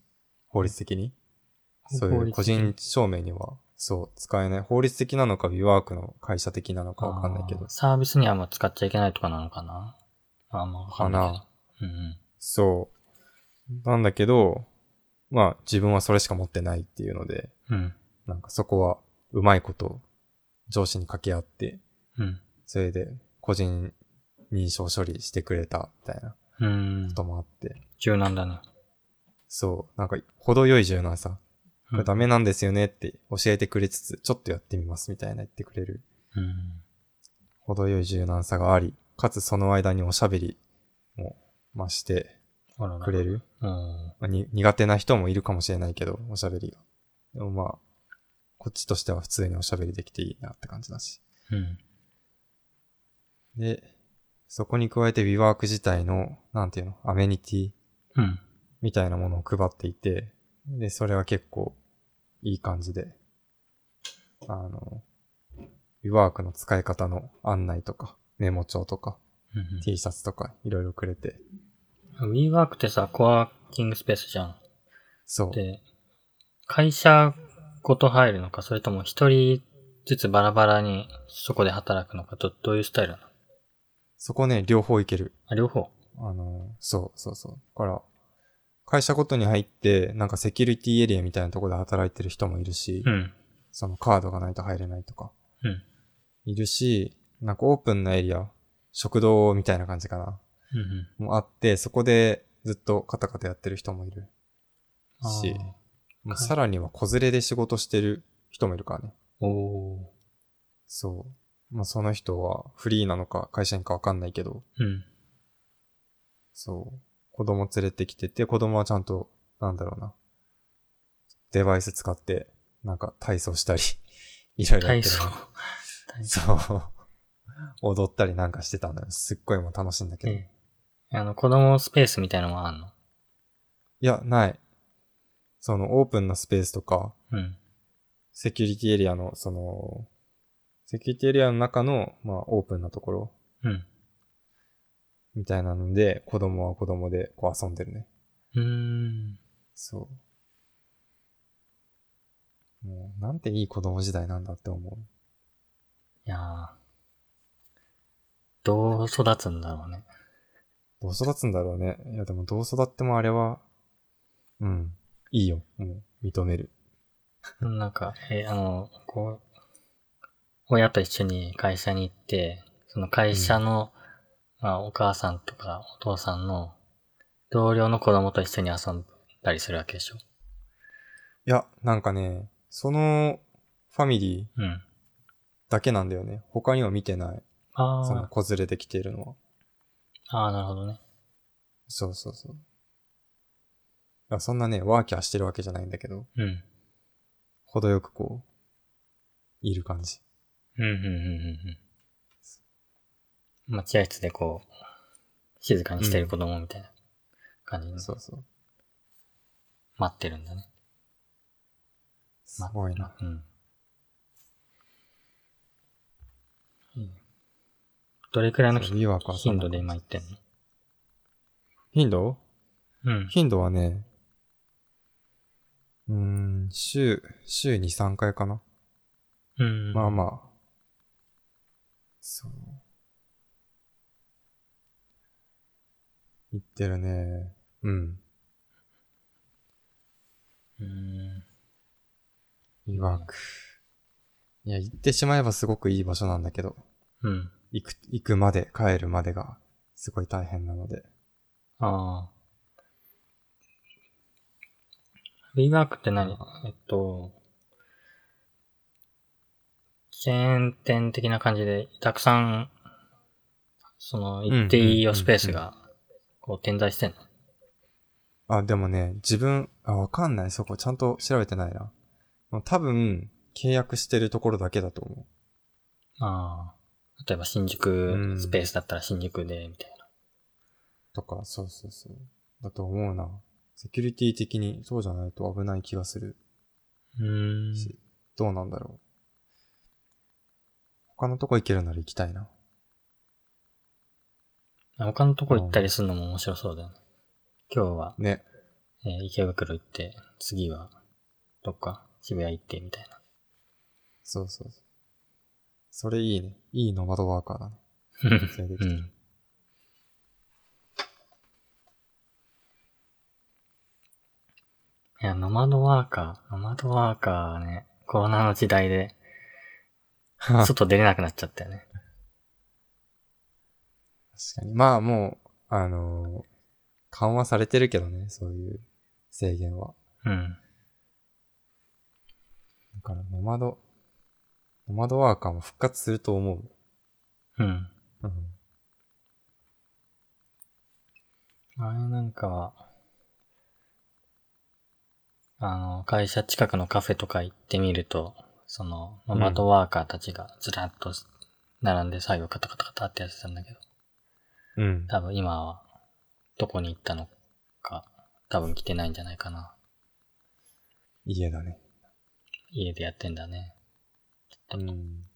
A: 法律的に。そう
B: 法
A: いう
B: 律的
A: 個人証明には、そう、使えない。法律的なのか、ビワークの会社的なのかわかんないけ
B: あ
A: ど
B: ー。サービスにはもう使っちゃいけないとかなのかなあーまあ、わか
A: か
B: んないけど
A: な。
B: うんうん。
A: そう。なんだけど、まあ、自分はそれしか持ってないっていうので、
B: うん。
A: なんかそこは、うまいこと、上司に掛け合って、
B: うん。
A: それで、個人認証処理してくれた、みたいな
B: うん
A: こと。もあって。
B: 柔軟だね。
A: そう。なんか、程よい柔軟さ。こ
B: う
A: れ
B: ん
A: ダメなんですよねって教えてくれつつ、ちょっとやってみます、みたいな言ってくれる。
B: うん。
A: 程よい柔軟さがあり、かつその間におしゃべりも増して
B: あらら
A: くれる。
B: うん。
A: まあに苦手な人もいるかもしれないけど、おしゃべりが。でもまあ、こっちとしては普通におしゃべりできていいなって感じだし。
B: うん。
A: で、そこに加えて WeWork 自体の、なんていうの、アメニティ
B: うん。
A: みたいなものを配っていて、で、それは結構いい感じで、あの、WeWork の使い方の案内とか、メモ帳とか、
B: うん。
A: T シャツとか、いろいろくれて、
B: WeWork ってさ、コワーキングスペースじゃん。
A: そう。
B: で、会社ごと入るのか、それとも一人ずつバラバラにそこで働くのか、ど、どういうスタイルなの
A: そこね、両方いける。
B: あ、両方。
A: あの、そうそうそう。だから、会社ごとに入って、なんかセキュリティエリアみたいなところで働いてる人もいるし、
B: うん。
A: そのカードがないと入れないとか、
B: うん。
A: いるし、なんかオープンなエリア、食堂みたいな感じかな。
B: うんうん。
A: もあって、そこでずっとカタカタやってる人もいるし、
B: あー
A: まあ
B: はい
A: さらには子連れで仕事してる人もいるからね。
B: おー。
A: そう。まあ、その人はフリーなのか会社員かわかんないけど、
B: うん。
A: そう。子供連れてきてて、子供はちゃんと、なんだろうな。デバイス使って、なんか体操したり、 いろいろや
B: 体
A: ってる
B: 操。体操。
A: そう。踊ったりなんかしてたんだよ。すっごいもう楽しいんだけど。
B: ええあの、子供スペースみたいのもあんの
A: いや、ない。そのオープンなスペースとか、
B: うん。
A: セキュリティエリアの、その、セキュリティエリアの中の、まあ、オープンなところ、
B: うん。
A: みたいなので、子供は子供で、こう遊んでるね。
B: うーん。
A: そう。もう、なんていい子供時代なんだって思う。
B: いやーどう育つんだろうね。
A: どう育つんだろうね。いや、でもどう育ってもあれは、うん、いいよ。もう、認める。
B: なんか、え、あの、こう、親と一緒に会社に行って、その会社の、まあ、お母さんとかお父さんの同僚の子供と一緒に遊んだりするわけでしょ。
A: いや、なんかね、その、ファミリ
B: うん。
A: ーだけなんだよね。他には見てない。その
B: あ
A: 子連れで来ているのは。
B: あ、ああ、なるほどね。
A: そうそうそう。あそんなね、ワーキャーしてるわけじゃないんだけど、
B: うん。
A: 程よくこう、いる感じ。
B: うん、うん、うん、うん。うん待合室でこう、静かにしてる子供みたいな感じに
A: そうそう。
B: 待ってるんだね。
A: すごいな。
B: うん。どれくらいの
A: そういわくはそんな感じ
B: 頻度で今言ってん
A: 頻度
B: のうん。
A: 頻度はね、うーん、週、週2、3回かな。
B: うん。
A: まあまあ。そう。行ってるね。うん。
B: うん。
A: いわく。いや、行ってしまえばすごくいい場所なんだけど、
B: うん。
A: 行く、行くまで、帰るまでが、すごい大変なので。
B: ああ。WeWork って何えっと、チェーン店的な感じで、たくさん、その、一定いいよスペースが、こう、点在してんの
A: あ、でもね、自分、あ、わかんない、そこ、ちゃんと調べてないな。多分、契約してるところだけだと思う。
B: ああ。例えば新
A: う
B: 宿
A: ん
B: スペースだったら新宿で、みたいな。
A: とか、そうそうそう。だと思うな。セキュリティ的にそうじゃないと危ない気がする
B: うん
A: し、どうなんだろう。他のとこ行けるなら行きたいな。
B: 他のとこ行ったりするのも面白そうだよね。今日は、
A: ね。
B: えー池袋行って、次は、どっか渋谷行って、みたいな。
A: そうそうそう。それいいね。いいノマドワーカーだね。それでき
B: う
A: た
B: ん。いや、ノマドワーカー、ノマドワーカーはね、コロナの時代で、
A: 確
B: 外出れなくなっちゃったよね。
A: かに。まあもう、あのー緩和されてるけどね、そういう制限は。
B: うん。
A: だから、ノマド、ノマドワーカーも復活すると思う。
B: うん。
A: うん。
B: あれなんかは、あの、会社近くのカフェとか行ってみると、その、ノマドワーカーたちがずらっと並んで最後カタカタカタってやってたんだけど、
A: うん。
B: 多分今はどこに行ったのか、多分来てないんじゃないかな。
A: 家だね。
B: 家でやってんだね。
A: うん。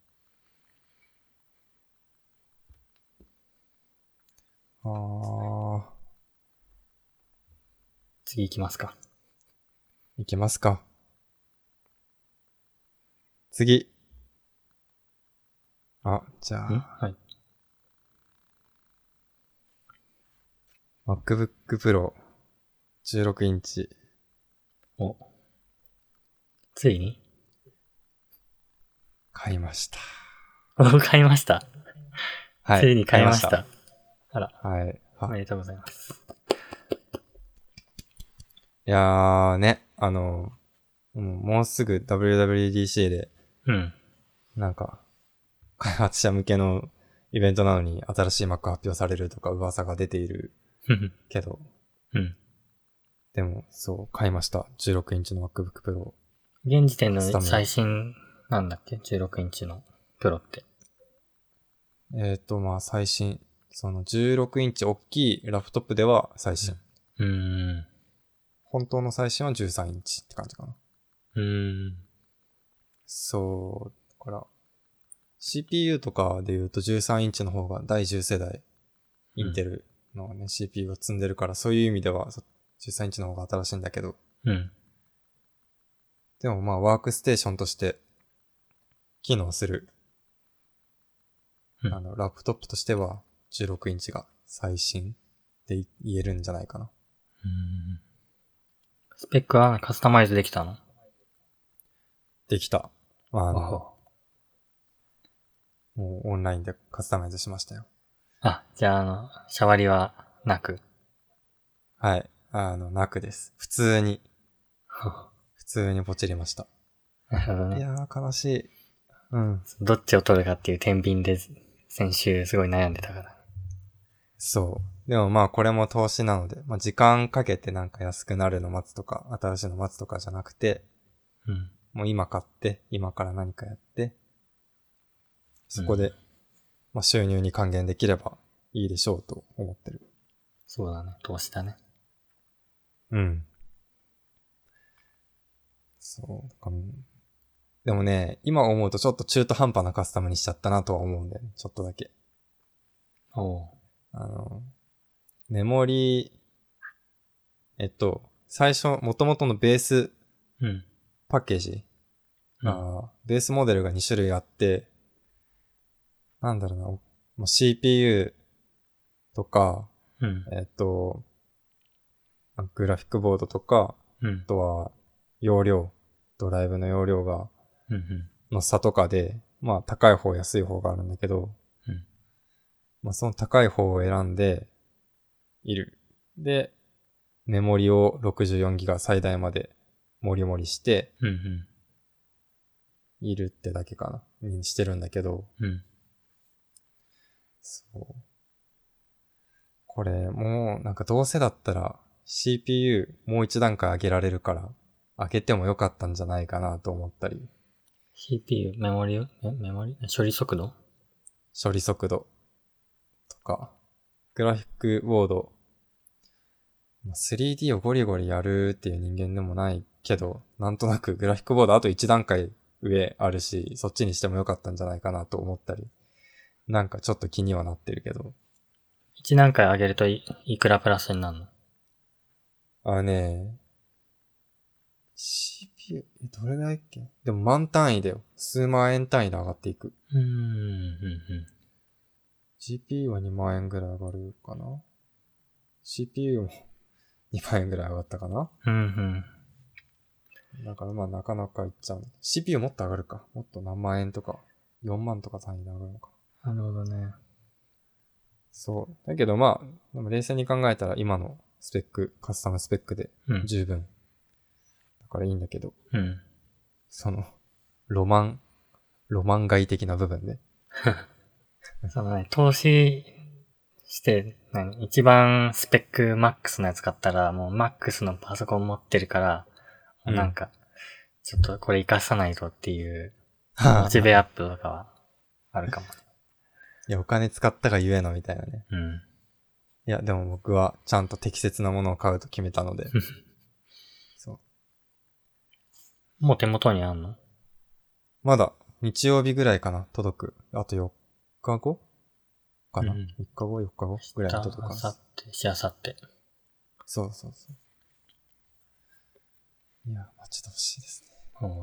A: あー、
B: 次行きますか。
A: いけますか。次。あ、じゃ
B: ん
A: あ、
B: はい。
A: MacBook Pro 16インチ。
B: お。ついに
A: 買いました。
B: お買いました。
A: は
B: ついに買いました。
A: 買い
B: あら、
A: ましたはい。
B: お
A: は
B: め
A: い、
B: でとうございます。
A: いやーね、あの、もうもうすぐ WWDC で、
B: うん。
A: なんか、開発者向けのイベントなのに新しい Mac 発表されるとか噂が出ている
B: うん。
A: けど、
B: うん。
A: でも、そう、買いました。16インチの MacBook Pro。
B: 現時点
A: スタ
B: の
A: メン
B: 最新なんだっけ ?16 インチのプロって。
A: えっ、ー、と、まあ、最新。その16インチ大きいラップトップでは最新。
B: うんうーん。
A: 本当の最新は13インチって感じかな。
B: うーん。
A: そう、だから、CPU とかで言うと13インチの方が第10世代、インテルのね、CPU を積んでるから、そういう意味ではそ13インチの方が新しいんだけど、
B: うん。
A: でもまあワークステーションとして機能する、
B: うん
A: あの、ラップトップとしては16インチが最新って言えるんじゃないかな。
B: スペックはカスタマイズできたの
A: できた。まあ、あ
B: あ
A: の、もうオンラインでカスタマイズしましたよ。
B: あ、じゃあ、あの、シャワリはなく。
A: はい。あの、なくです。普通に、普通にポチりました。
B: なるほ
A: い
B: どね。
A: やー、悲しい。うん。
B: どっちを取るかっていう天秤で先週すごい悩んでたから。
A: そう。でもまあ、これも投資なので、まあ、時間かけてなんか安くなるの待つとか、新しいの待つとかじゃなくて、
B: うん。
A: もう今買って、今から何かやって、そこで、まあ、収入に還元できればいいでしょうと思ってる。
B: そうだね。投資だね。
A: うん。そう。だからでもね、今思うとちょっと中途半端なカスタムにしちゃったなとは思うんだよね。ちょっとだけ。
B: おう。
A: あの、メモリー、えっと、最初、元々のベース
B: うん。
A: パッケージ
B: うん
A: あーベースモデルが2種類あって、なんだろうなお、まあ CPU とか、
B: うん。
A: えっと、まあグラフィックボードとか、
B: うん
A: あ。とは容量、ドライブの容量が、
B: うん。うん。
A: の差とかで、まあ高い方安い方があるんだけど、
B: うん
A: まあその高い方を選んでいる。で、メモリを 64GB 最大までモリモリして
B: うん。うん
A: いるってだけかな、にしてるんだけど、
B: うん。
A: そう。これ、もう、なんかどうせだったら CPU もう一段階上げられるから、上げてもよかったんじゃないかなと思ったり
B: CPU、メモリを、メメモリ処理速度
A: 処理速度とか、グラフィックボード、まあ 3D をゴリゴリやるっていう人間でもないけど、なんとなくグラフィックボードあと1段階上あるし、そっちにしてもよかったんじゃないかなと思ったり、なんかちょっと気にはなってるけど、
B: 一段階上げるといいくらプラスになるの
A: あのね、CPU、えどれぐらいだっけでも万単位だよ。数万円単位で上がっていく。
B: うーん、うん、うん。
A: GPU は2万円ぐらい上がるかな ?CPU も 2万円ぐらい上がったかな
B: うんうん。
A: だからまあなかなかいっちゃう。CPU もっと上がるか。もっと何万円とか、4万とか単位で上がるのか。
B: なるほどね。
A: そう。だけどまあ、でも冷静に考えたら今のスペック、カスタムスペックで
B: うん。
A: 十分。だからいいんだけど、
B: うん。
A: その、ロマン、ロマン外的な部分で。
B: そのね、投資して、何一番スペックマックスのやつ買ったら、もうマックスのパソコン持ってるから、
A: うん
B: なんか、ちょっとこれ活かさないとっていう、
A: は
B: モ
A: あ
B: チベアップとかはあるかも。
A: いや、お金使ったがゆえのみたいなね。
B: うん。
A: いや、でも僕はちゃんと適切なものを買うと決めたので。そう。
B: もう手元にあんの
A: まだ日曜日ぐらいかな、届く。あと4日後かな、
B: うん
A: ?3 日後、4日後ぐらいに届く
B: あ
A: か
B: さ
A: な。
B: って、しあさって。
A: そうそうそう。いや、待ち遠しいですね。
B: うんい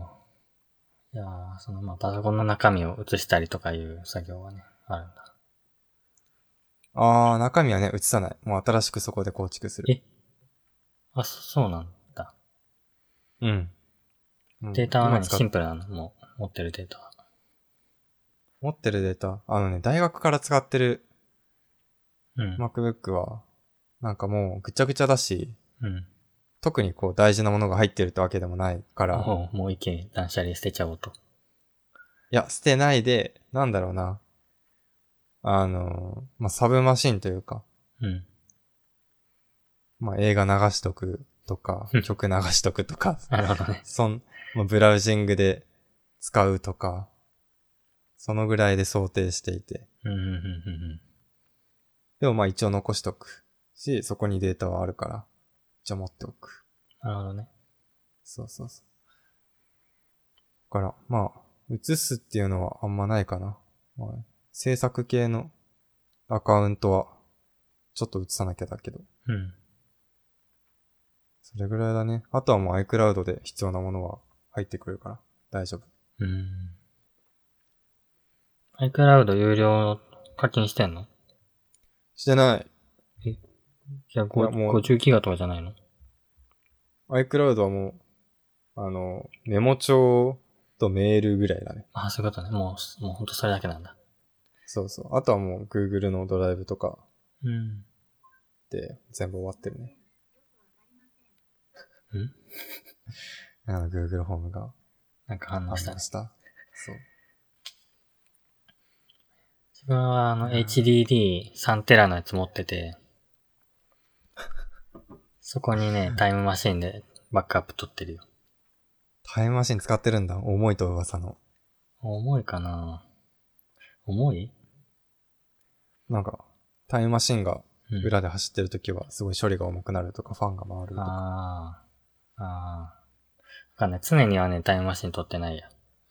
B: やーその、まあ、パソコンの中身を映したりとかいう作業はね、あるんだ。
A: あー、中身はね、映さない。もう新しくそこで構築する。
B: えあ、そそうなんだ。
A: うん。うん
B: データは
A: 今
B: 何
A: 使っ
B: シンプルなのもう、持ってるデータは。
A: 持ってるデータ、あのね、大学から使ってる
B: うん。
A: MacBook は、なんかもうぐちゃぐちゃだし、
B: うん。
A: 特にこう大事なものが入ってるってわけでもないから、
B: もう、もう一気に断捨離捨てちゃおうと。
A: いや、捨てないで、なんだろうな。あの、まあ、サブマシンというか、
B: うん。
A: まあ、映画流しとくとか
B: うん、
A: 曲流しとくとか、
B: なるほどね。
A: そん、まあ、ブラウジングで使うとか、そのぐらいで想定していて。
B: うん、うん、うん、
A: でもまあ一応残しとくし、そこにデータはあるから、一応持っておく。
B: うん。なるほどね。
A: そうそうそう。だから、まあ、映すっていうのはあんまないかな。まあ、制作系のアカウントは、ちょっと映さなきゃだけど、
B: うん。
A: それぐらいだね。あとはもう iCloud で必要なものは入ってくるから、大丈夫。
B: うん。iCloud 有料課金してんの
A: してない。
B: じゃ
A: いや
B: あ、
A: もう
B: 50ギガとかじゃないの
A: iCloud はもう、あの、メモ帳とメールぐらいだね。
B: あ、そういうことね。もう、もうほんとそれだけなんだ。
A: そうそう。あとはもう Google のドライブとか
B: うん。
A: で全部終わってるね。
B: ん
A: あの、Google ホームが
B: なんか反
A: あ
B: 応し
A: り
B: たね
A: ま。した。そう。
B: 自分はあ
A: う
B: の
A: ん
B: HDD3 テラのやつ持ってて、 そこ にね、タイムマシンでバックアップ取ってるよ。
A: タイムマシン使ってるんだ。重いと噂の。
B: 重いかな重い
A: なんか、タイムマシンが
B: うん
A: 裏で走ってるときはすごい処理が重くなるとか、ファンが回るとか。
B: ああ。ああ。わかんない。常にはね、タイムマシン取ってないや。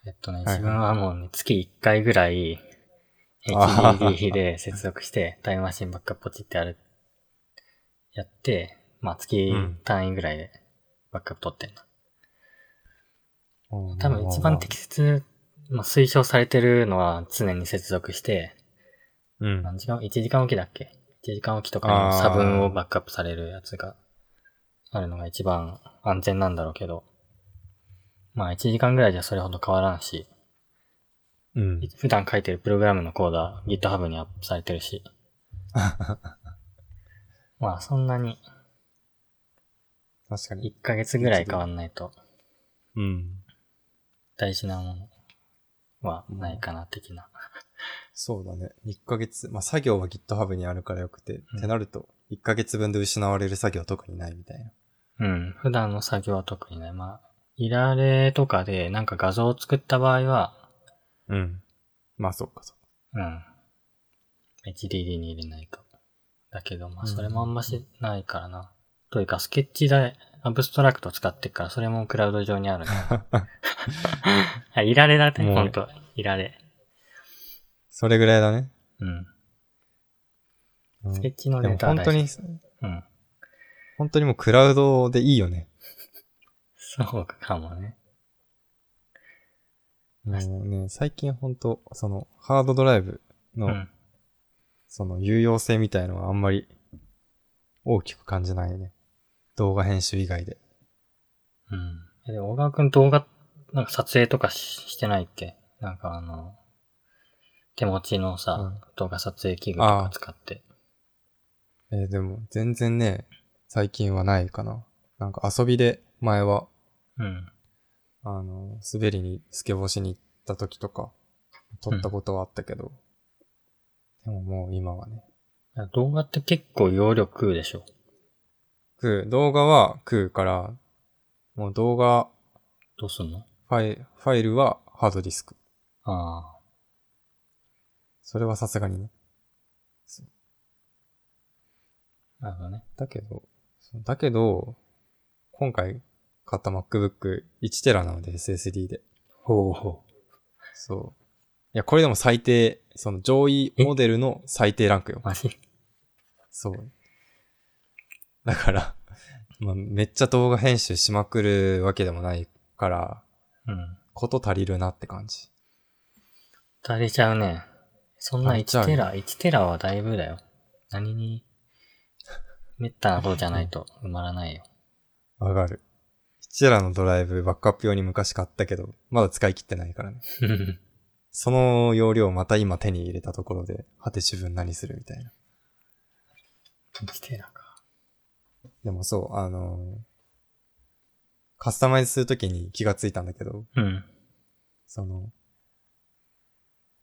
B: えっとね、
A: はい
B: 自分はもうね、月1回ぐらい、
A: あー
B: HDD で接続して、タイムマシンばっかポチってある、やって、まあ月
A: うん
B: 単位ぐらいでバックアップ取ってんの。
A: うん
B: 多分一番。適切、まあ推奨されてるのは常に接続して、
A: うん。
B: 何時間、1時間おきだっけ ?1 時間おきとかに差分をバックアップされるやつがあるのが一番安全なんだろうけど、まあ1時間ぐらいじゃそれほど変わらんし、
A: うん。
B: 普段書いてるプログラムのコードは GitHub にアップされてるし、まあそんなに
A: 確かに。
B: 1ヶ月ぐらい変わんないと
A: うん。
B: 大事なものはないかな的な。
A: そうだね。1ヶ月。まあ、作業は GitHub にあるからよくて。
B: うん
A: ってなると、1ヶ月分で失われる作業は特にないみたいな。
B: うん。普段の作業は特にね、まあ、いられとかでなんか画像を作った場合は、
A: うん。まあ、そうか、 そうか。
B: うん。HDD に入れないと。だけど、まあ、
A: うん
B: それもあんましないからな。というか、スケッチでアブストラクト使ってっから、それもクラウド上に あるな。あいられだね、
A: もう
B: ほんと。いられ。
A: それぐらいだね。
B: うん。
A: うん
B: スケッチの
A: で
B: デ
A: も
B: ータは
A: 本
B: 大
A: 当
B: 事
A: に、
B: うん。
A: 本当にもうクラウドでいいよね。
B: そうかもね。
A: もうね、最近本当その、ハードドライブ
B: う
A: の、
B: ん。
A: その、有用性みたいのはあんまり、大きく感じないね。動画編集以外で。
B: うん。えでも、小川くん動画、なんか撮影とかししてないっけなんかあの、手持ちのさ、
A: うん
B: 動画撮影器具とか使って。
A: えーでも、全然ね、最近はないかな。なんか遊びで、前は、
B: うん。
A: あの、滑りに、スケボーしに行った時とか、撮ったことはあったけど、でももう今はね。
B: 動画って結構容量食うでしょ。
A: 食う、動画は食うから、もう動画、
B: どうすんの
A: ファイファイルはハードディスク。
B: あ
A: それはさすがにね。
B: あ、なるほどね。
A: だけど、そうだけど、今回買った MacBook 1テラなので SSD で。
B: ほうほ
A: そう。いや、これでも最低、その上位モデルの最低ランクよ
B: う。。マジ
A: そう。だから、まあ、めっちゃ動画編集しまくるわけでもないから、
B: うん。
A: こと足りるなって感じ。
B: 足りちゃうね。そんな
A: 足りちゃ
B: 1
A: うね
B: テラ、1テラはだいぶだよ。何に、めったな方じゃないと埋まら ないよ。
A: わかる。1テラのドライブバックアップ用に昔買ったけど、まだ使い切ってないからね。その容量をまた今手に入れたところで、果て自分何するみたいな。
B: 1テラか。
A: でもそう、あのーカスタマイズするときに気がついたんだけど、
B: うん。
A: その、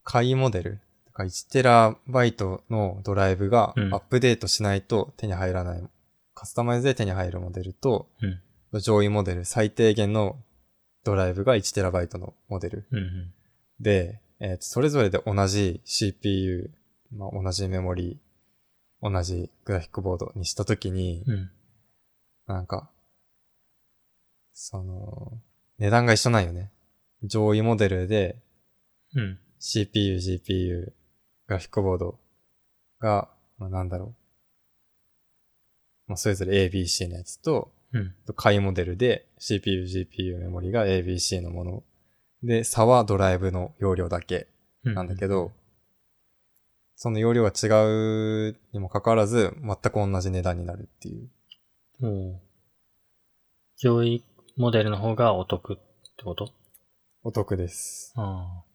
A: 買いモデル、だから 1TB のドライブがア
B: うん
A: ップデートしないと手に入らない、カスタマイズで手に入るモデルと、
B: うん。
A: 上位モデル、最低限のドライブが 1TB のモデル。
B: うんうん。
A: で、えーとそれぞれで同じ CPU、まあ、同じメモリー、同じグラフィックボードにしたときに、
B: うん。
A: なんか、その、値段が一緒なんよね。上位モデルで
B: うん。
A: CPU、GPU、グラフィックボードが、まあ、なんだろう。まあ、それぞれ ABC のやつと、
B: うん。
A: 下位モデルで CPU、GPU、メモリが ABC のもの。で、差はドライブの容量だけ
B: うん。
A: なんだけど、その容量が違うにもかかわらず、全く同じ値段になるっていう。
B: おう上位モデルの方がお得ってこと
A: お得です。
B: ああ。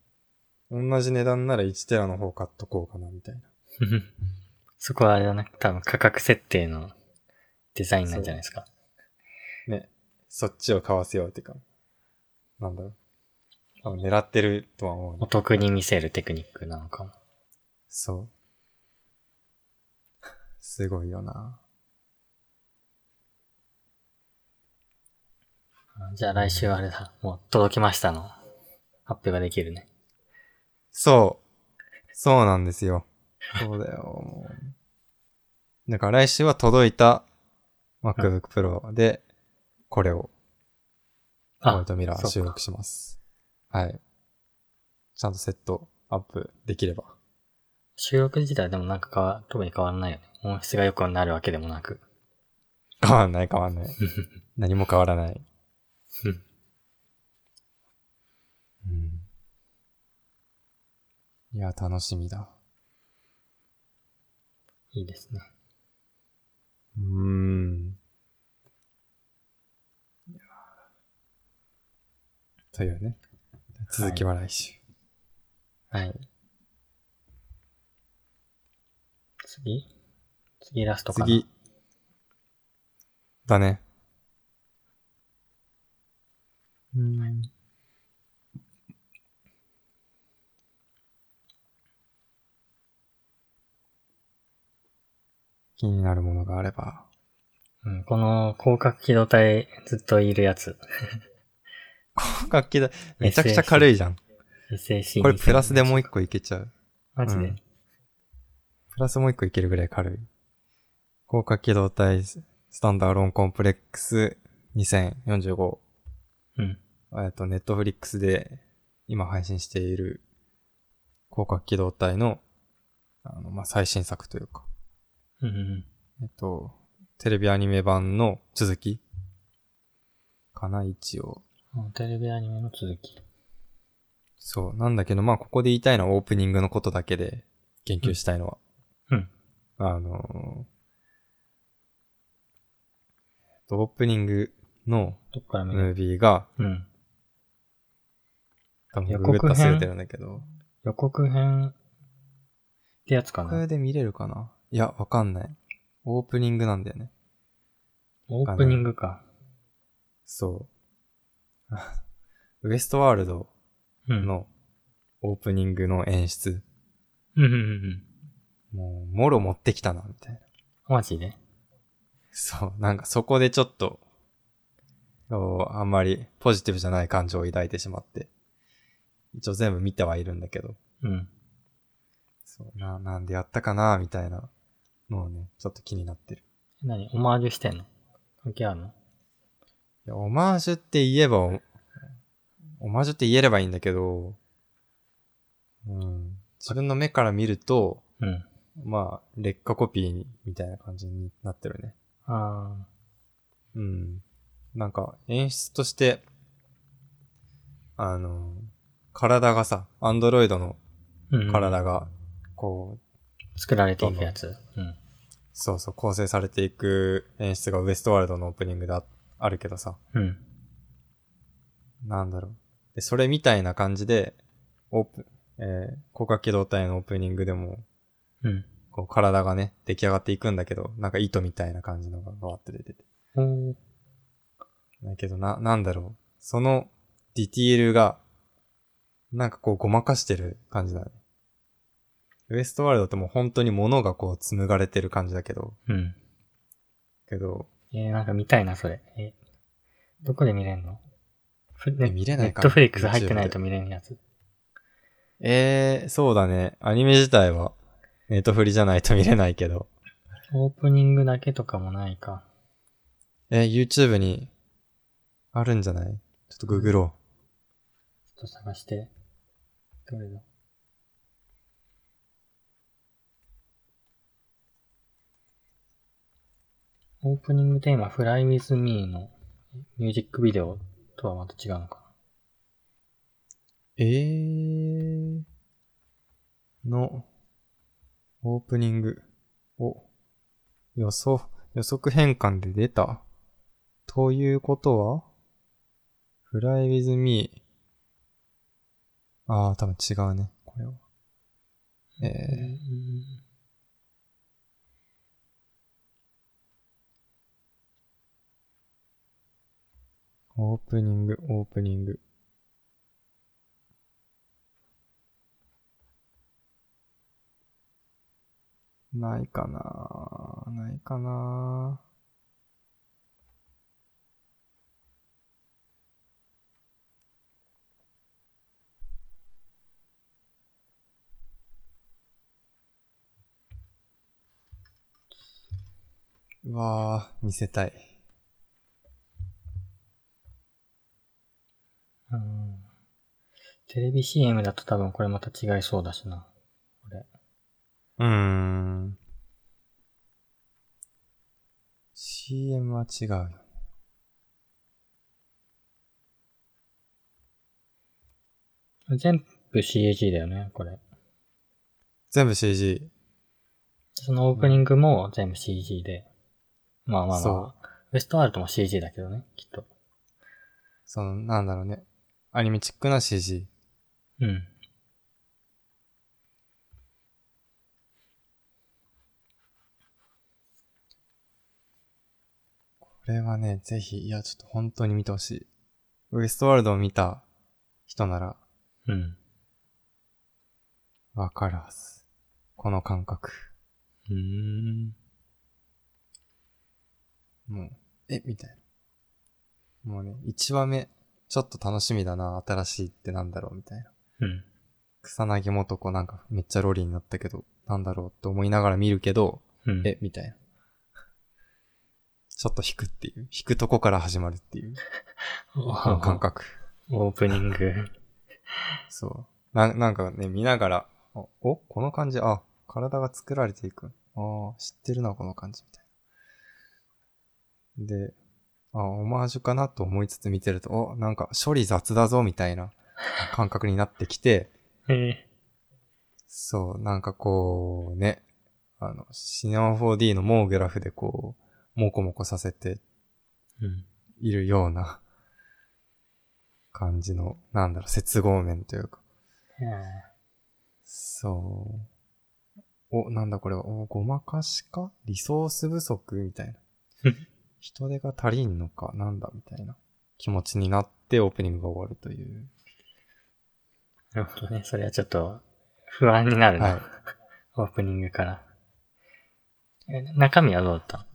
A: 同じ値段なら1テラの方買っとこうかな、みたいな。
B: ふふ そこはあれだね。多分価格設定のデザインなんじゃないですか。
A: そっちを買わせようっていうか、なんだろう。多分狙ってるとは思う
B: お
A: ね。
B: 得に見せるテクニックなのかも。
A: そう。 すごいよな。
B: じゃあ来週あれだ。もう届きましたの。発表ができるね。
A: そう。そうなんですよ。そうだよ、もう。だから来週は届いた MacBook Pro で、これをホワイ
B: あ、
A: トミラー
B: そう
A: 収
B: か
A: 録します。はい。ちゃんとセットアップできれば。
B: 収録自体でもなんか変わ、特に変わらないよね。音質が良くなるわけでもなく。
A: 変わんない変わん ない。何も変わらない。
B: うん
A: うん。いや、楽しみだ。
B: いいですね。
A: うーん。というね。続きは来週。
B: はい。次次ラストかな。
A: 次。だね。うん。気になるものがあれば。
B: うん、この広角機動隊ずっといるやつ。
A: 楽器だ。めちゃくちゃ軽いじゃん。
B: SAC。
A: これプラスでもう一個いけちゃう。
B: マジで、
A: うんプラスもう一個いけるぐらい軽い。高架機動隊スタンダーローンコンプレックス2045。
B: うん。
A: えっと、ネットフリックスで今配信している広角機動隊の、あの、まあ、最新作というか、
B: うんうん
A: えっと、テレビアニメ版の続きかな、一応。
B: うん。テレビアニメの続き。
A: そう。なんだけど、まあ、ここで言いたいのはオープニングのことだけで言及したいのは。
B: うん。
A: あのーえっとオープニングの
B: どっから見る、
A: ムービーが、
B: うん。
A: 多分
B: 予
A: ググ
B: 告
A: ったら忘
B: 編
A: れてるんだけど。
B: 予告編ってやつか
A: これ
B: な。
A: で見れるかないや、わかんない。オープニングなんだよね。
B: オープニングか。
A: そう。ウエストワールド
B: うん。
A: のオープニングの演出。
B: うんうんうんうん。
A: もう、もろ持ってきたな、みたいな。
B: マジで
A: そう。なんかそこでちょっと、こうあんまりポジティブじゃない感情を抱いてしまって。一応全部見てはいるんだけど。
B: うん。
A: そう。な、なんでやったかな、みたいなのをね、ちょっと気になってる。
B: 何オマージュしてんの関係あるの
A: いや、オマージュって言えばお、オマージュって言えればいいんだけど、うん。自分の目から見ると、
B: うん。
A: まあ、劣化コピーみたいな感じになってるね。
B: あ
A: うん。なんか、演出として、あの、体がさ、アンドロイドの
B: あ。うん、うん。
A: 体が、こう、
B: 作られていくやつ。うん。
A: そうそう、構成されていく演出がウエストワールドのオープニングでああるけどさ、
B: うん。
A: なんだろう。で、それみたいな感じで、オープン、えー、広角機動隊のオープニングでも、
B: うん。
A: こう体がね、出来上がっていくんだけど、なんか糸みたいな感じのがわーって出てて。
B: おー
A: だけどな、なんだろう。そのディティールが、なんかこうごまかしてる感じだね。ウエストワールドってもう本当に物がこう紡がれてる感じだけど、
B: うん。
A: けど、
B: えー、なんか見たいな、それ。え、どこで見れんのふね
A: 見れないか
B: ネット
A: な
B: フリックス入ってないと見れんやつ。
A: えー、そうだね。アニメ自体は、ネットフリじゃないと見れないけど、
B: オープニングだけとかもないか。
A: え、YouTube にあるんじゃないちょっとググろ
B: ちょっと探して。どれだオープニングテーマ、Fly With Me のミュージックビデオとはまた違うのか
A: う。えー、の、オープニング。お、予想、予測変換で出た。ということは ?Fly with me. ああ、多分違うね。これは。
B: な。
A: えー、オープニング、オープニング。ないかなないかなうわー、見せたい。
B: うんテレビ CM だと多分これまた違いそうだしな。これ。
A: うーん。CM は違うよ。
B: 全部 CAG だよね、これ。
A: 全部 CG。
B: そのオープニングも全部 CG で。まあまあ
A: そ
B: ま
A: う
B: あ。ウエストワールドも CG だけどね、きっと。
A: その、なんだろうね。アニメチックな CG。
B: うん。
A: これはね、ぜひ、いや、ちょっと本当に見てほしい。ウエストワールドを見た人なら
B: うん。
A: わかるはず。この感覚。
B: うーん。
A: もう、え、みたいな。もうね、1話目、ちょっと楽しみだな、新しいってなんだろうみたいな。
B: うん。
A: 草薙元子なんかめっちゃロリになったけど、なんだろうって思いながら見るけど、
B: うん。
A: え、みたいな。ちょっと引くっていう。引くとこから始まるっていう、この感覚。
B: オープニング。
A: そう。な、なんかね、見ながら、あおこの感じ、あ、体が作られていく。ああ、知ってるな、この感じ、みたいな。で、あオマージュかなと思いつつ見てると、お、なんか処理雑だぞ、みたい な感覚になってきて、
B: え
A: そう、なんかこう、ね、あの、シネマ 4D のモーグラフでこう、モコモコさせて
B: ーうん。
A: いるような感じの、なんだろう、接合面というか、そう。お、なんだこれは、お、ごまかしかリソース不足み たいな
B: うん。
A: 人手が足りんのかなんだみたいな気持ちになってオープニングが終わるという。
B: なるほどね。それはちょっと不安になるな。
A: はい
B: オープニングから。え中身はどうだった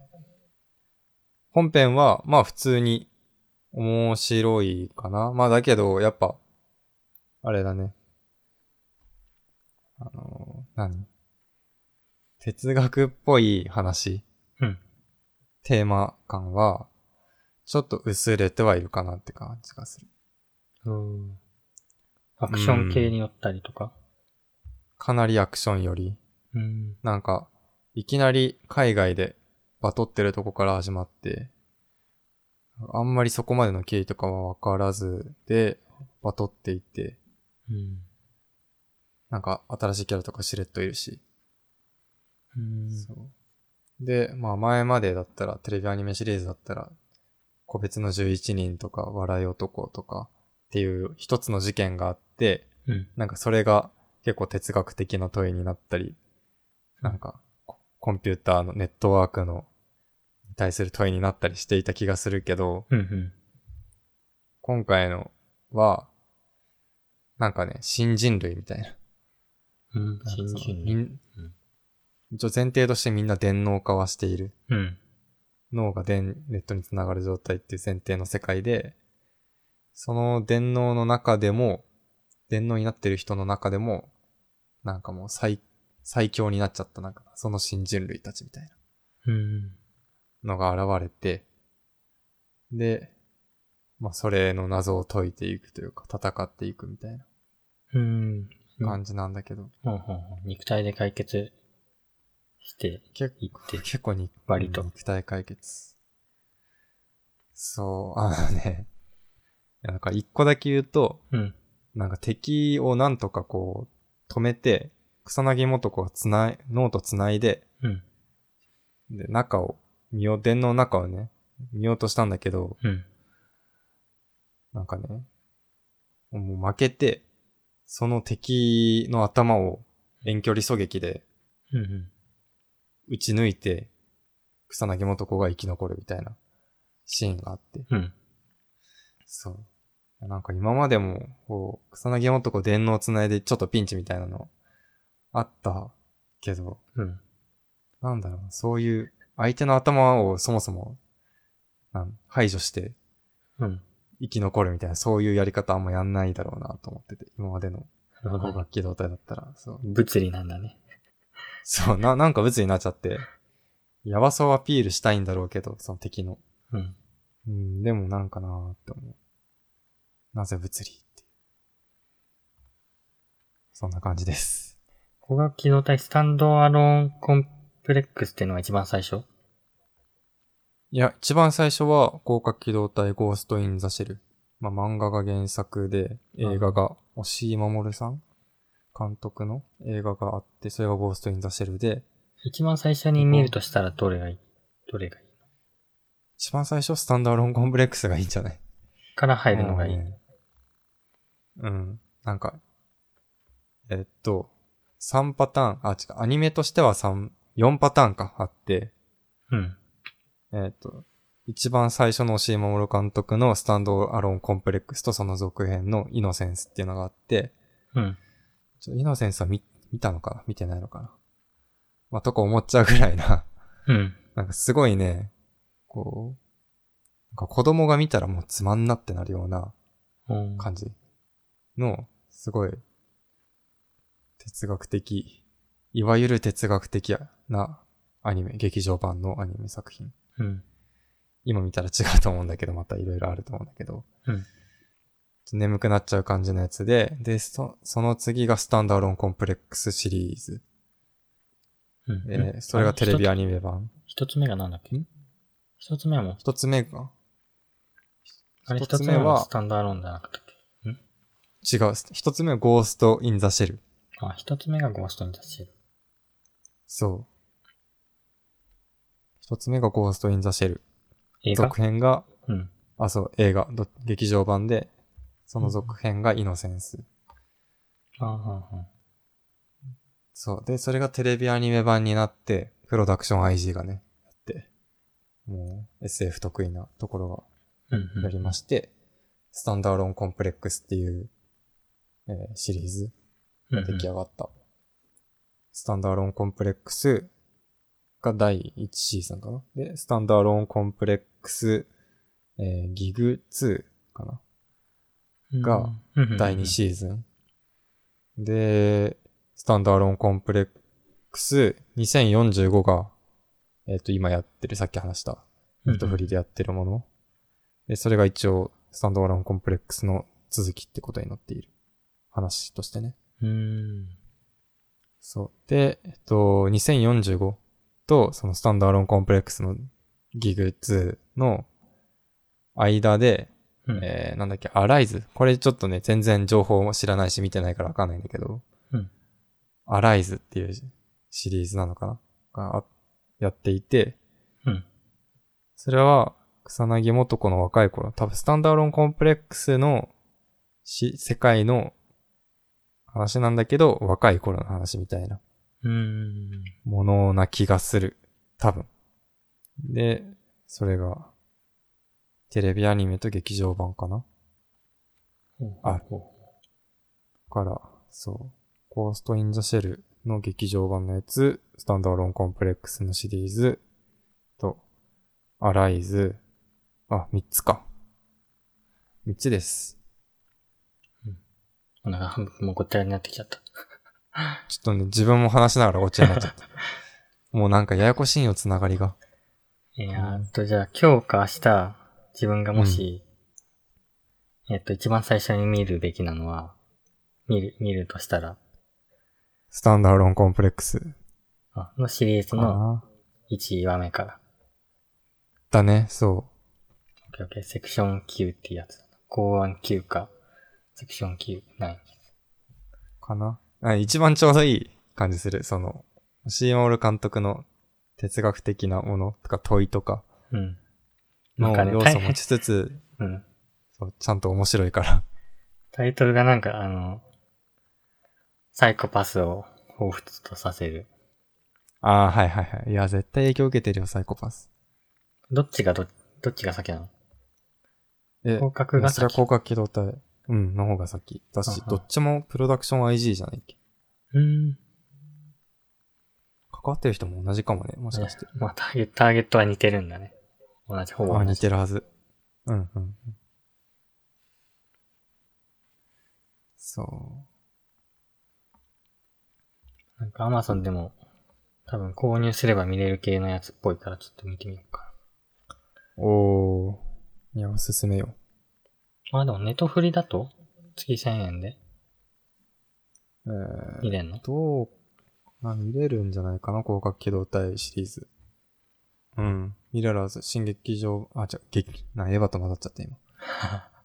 A: 本編は、まあ普通に面白いかな。まあだけど、やっぱ、あれだね。あのー、何哲学っぽい話、
B: うん。
A: テーマ感は、ちょっと薄れてはいるかなって感じがする。
B: うん。アクション系によったりとか。
A: かなりアクションより、
B: うん。
A: なんか、いきなり海外でバトってるとこから始まって、あんまりそこまでの経緯とかはわからずで、バトっていって、
B: うん。
A: なんか新しいキャラとかしれっといるし、
B: うん。
A: そう。で、まあ前までだったら、テレビアニメシリーズだったら、個別の11人とか、笑い男とかっていう一つの事件があって、
B: うん。
A: なんかそれが結構哲学的な問いになったり、なんかココンピューターのネットワークのに対する問いになったりしていた気がするけど、
B: うん。うん。
A: 今回のは、なんかね、新人類みたいな。
B: うん。
A: なんかそ
B: 新
A: の
B: 人
A: み
B: 類
A: ん一応前提としてみんな電脳化はしている。
B: うん。
A: 脳が電ネットにつながる状態っていう前提の世界で、その電脳の中でも、電脳になってる人の中でも、なんかもう最、最強になっちゃった、なんか、その新人類たちみたい
B: うん。
A: なのが現れて、で、まあ、それの謎を解いていくというか、戦っていくみたい
B: うん。
A: な感じなんだけど、
B: ほうほうほう肉体で解決して
A: 結
B: いって。
A: 結構に、
B: 割と
A: 肉体解決。そう、あのね、いやなんか一個だけ言うと、
B: うん。
A: なんか敵をなんとかこう、止めて、草薙元子がつない、脳とつないで、
B: うん。
A: で、中を、見よう、電脳の中をね、見ようとしたんだけど、
B: うん。
A: なんかね、もう負けて、その敵の頭を遠距離狙撃で
B: うん。
A: 撃ち抜いて、草薙元子が生き残るみたいなシーンがあって。
B: うん。
A: そう。なんか今までも、こう、草薙元子電脳つないでちょっとピンチみたいなのあったけど、
B: うん。
A: なんだろうな、そういう相手の頭をそもそもなん排除して
B: うん。
A: 生き残るみたいな、そういうやり方あんまやんないだろうなと思ってて、今までの
B: な
A: 高
B: るほどね。
A: 学機動隊だったら、そう。
B: 物理なんだね。
A: そう、な、なんか鬱になっちゃって、やばそうアピールしたいんだろうけど、その敵の。
B: うん。
A: うん、でもなんかなーって思う。なぜ物理っていう。そんな感じです。
B: 光学機動隊スタンドアローンコンプレックスっていうのが一番最初
A: いや、一番最初は、広角機動隊ゴーストインザシェル。まあ、漫画が原作で、映画が、押井守さん監督の映画があって、それがゴーストインザシェルで、
B: 一番最初に見るとしたらどれがいいどれがいい
A: 一番最初、スタンダーロンコンプレックスがいいんじゃない
B: から入るのがいい。
A: もうねうん。なんか、えっと、3パターン、あ、違う、アニメとしては3、4パターンかあって、
B: うん。
A: えっと、一番最初の押井守監督のスタンドアローンコンプレックスとその続編のイノセンスっていうのがあって、
B: うん。
A: ちょイノセンスは見、見たのかな見てないのかなまあ、とか思っちゃうぐらいな、
B: うん。
A: なんかすごいね、こう、なんか子供が見たらもうつまんなってなるような、
B: うん。
A: 感じの、すごい、哲学的、いわゆる哲学的なアニメ、劇場版のアニメ作品。
B: うん。
A: 今見たら違うと思うんだけど、またいろいろあると思うんだけど。
B: うん
A: 眠くなっちゃう感じのやつで、で、そその次がスタンダーロンコンプレックスシリーズ。
B: うん。
A: え
B: う
A: ー
B: ん
A: それがテレビ
B: あ
A: アニメ版。
B: 一つ一つ目がなんだっけ
A: ん
B: 一つ目も、
A: 一つ目が、
B: あれ
A: 一
B: 一
A: つ
B: つ
A: 目
B: 目
A: は
B: はスタンドアローンじゃなかったっけ
A: 違う。一つ目はゴースト・イン・ザ・シェル。
B: あ、一つ目がゴーストに出してる。
A: そう。一つ目がゴースト・イン・ザ・シェル。
B: 映画
A: 続編が、
B: うん。
A: あ、そう、映画、ど劇場版で、その続編がイノセンス。
B: ああ、あ
A: そう。で、それがテレビアニメ版になって、プロダクション IG がね、やって、もう SF 得意なところ
B: あ、う
A: が
B: ん。
A: やりまして、スタンダーロンコンプレックスっていう、えーシリーズ
B: うん
A: が出来上がった。スタンダーロンコンプレックスが第1シーズンかな。で、スタンダーロンコンプレックス、えーギグ2かな。が第2シーズン。で、スタンダーロンコンプレックス2045が、えっ、と、今やってる、さっき話した、ネットフリでやってるもの。で、それが一応、スタンダーロンコンプレックスの続きってことになっている。話としてね。
B: うんうん。
A: そう。で、えっと、2045と、そのスタンダーロンコンプレックスのギグ2の間で、
B: うん。うん。
A: えー、なんだっけ、アライズ。これちょっとね、全然情報も知らないし見てないからわかんないんだけど、
B: うん
A: アライズっていうシリーズなのかながあやっていて、
B: うん
A: それは、草薙元子の若い頃、多分スタンダーロンコンプレックスのし世界の話なんだけど、若い頃の話みたいな
B: うん。
A: ものな気がする。多分。で、それが、テレビアニメと劇場版かなあから、そう。ゴースト・イン・ザ・シェルの劇場版のやつ、スタンダーロン・コンプレックスのシリーズ、と、アライズ、あ、3つか。3つです。
B: お腹、もうごったりになってきちゃった。
A: ちょっとね、自分も話しながらごっちゃになっちゃ った。もうなんかややこしいよ、つながりが。
B: えーっと、じゃあ今日か明日、自分がもし、えーっと、一番最初に見るべきなのは、見る、見るとしたら、
A: スタンダーロン・コンプレックス
B: あのシリーズ
A: か
B: の
A: な。
B: 1話目から。
A: だね、そ
B: オッケーオッケー、セクション9ってやつ。公安9か、セクション9、ない。
A: う。かな。あ一番ちょうどいい感じする。その、シーモール監督の哲学的なものとか問いとか
B: うん。
A: の
B: なんかね
A: 要素も持ちつつ、
B: うん。
A: そう、ちゃんと面白いから。
B: タイトルがなんか、あの、サイコパスを彷彿とさせる。
A: ああ、はいはいはい。いや、絶対影響受けてるよ、サイコパス。
B: どっちがど、どっちが先なの
A: え、
B: 広角が
A: それは
B: 先。
A: 広角機動隊。うん、の方が先。だし
B: あ、は
A: どっちもプロダクション IG じゃないっけ。
B: うん。
A: 関わってる人も同じかもね、もしかして。
B: まあ、ターゲット、ターゲットは似てるんだね。同じ、ほ
A: あ
B: ぼ
A: あ、
B: 同
A: 似
B: じ。
A: てるはず。うん、うん。そ
B: なんか Amazon でも、多分購入すれば見れる系のやつっぽいから、ちょっと見てみようか
A: う。おー。いや、おすすめよ。
B: な。まあでも、ネトフリだと、月1000円で
A: え
B: 見
A: ー、
B: れんの
A: どう、まあ、見れるんじゃないかな、広角機動隊シリーズ。うん。見れるはず。新劇場、あ、じゃ、劇、な、エヴァと混ざっちゃった、 今。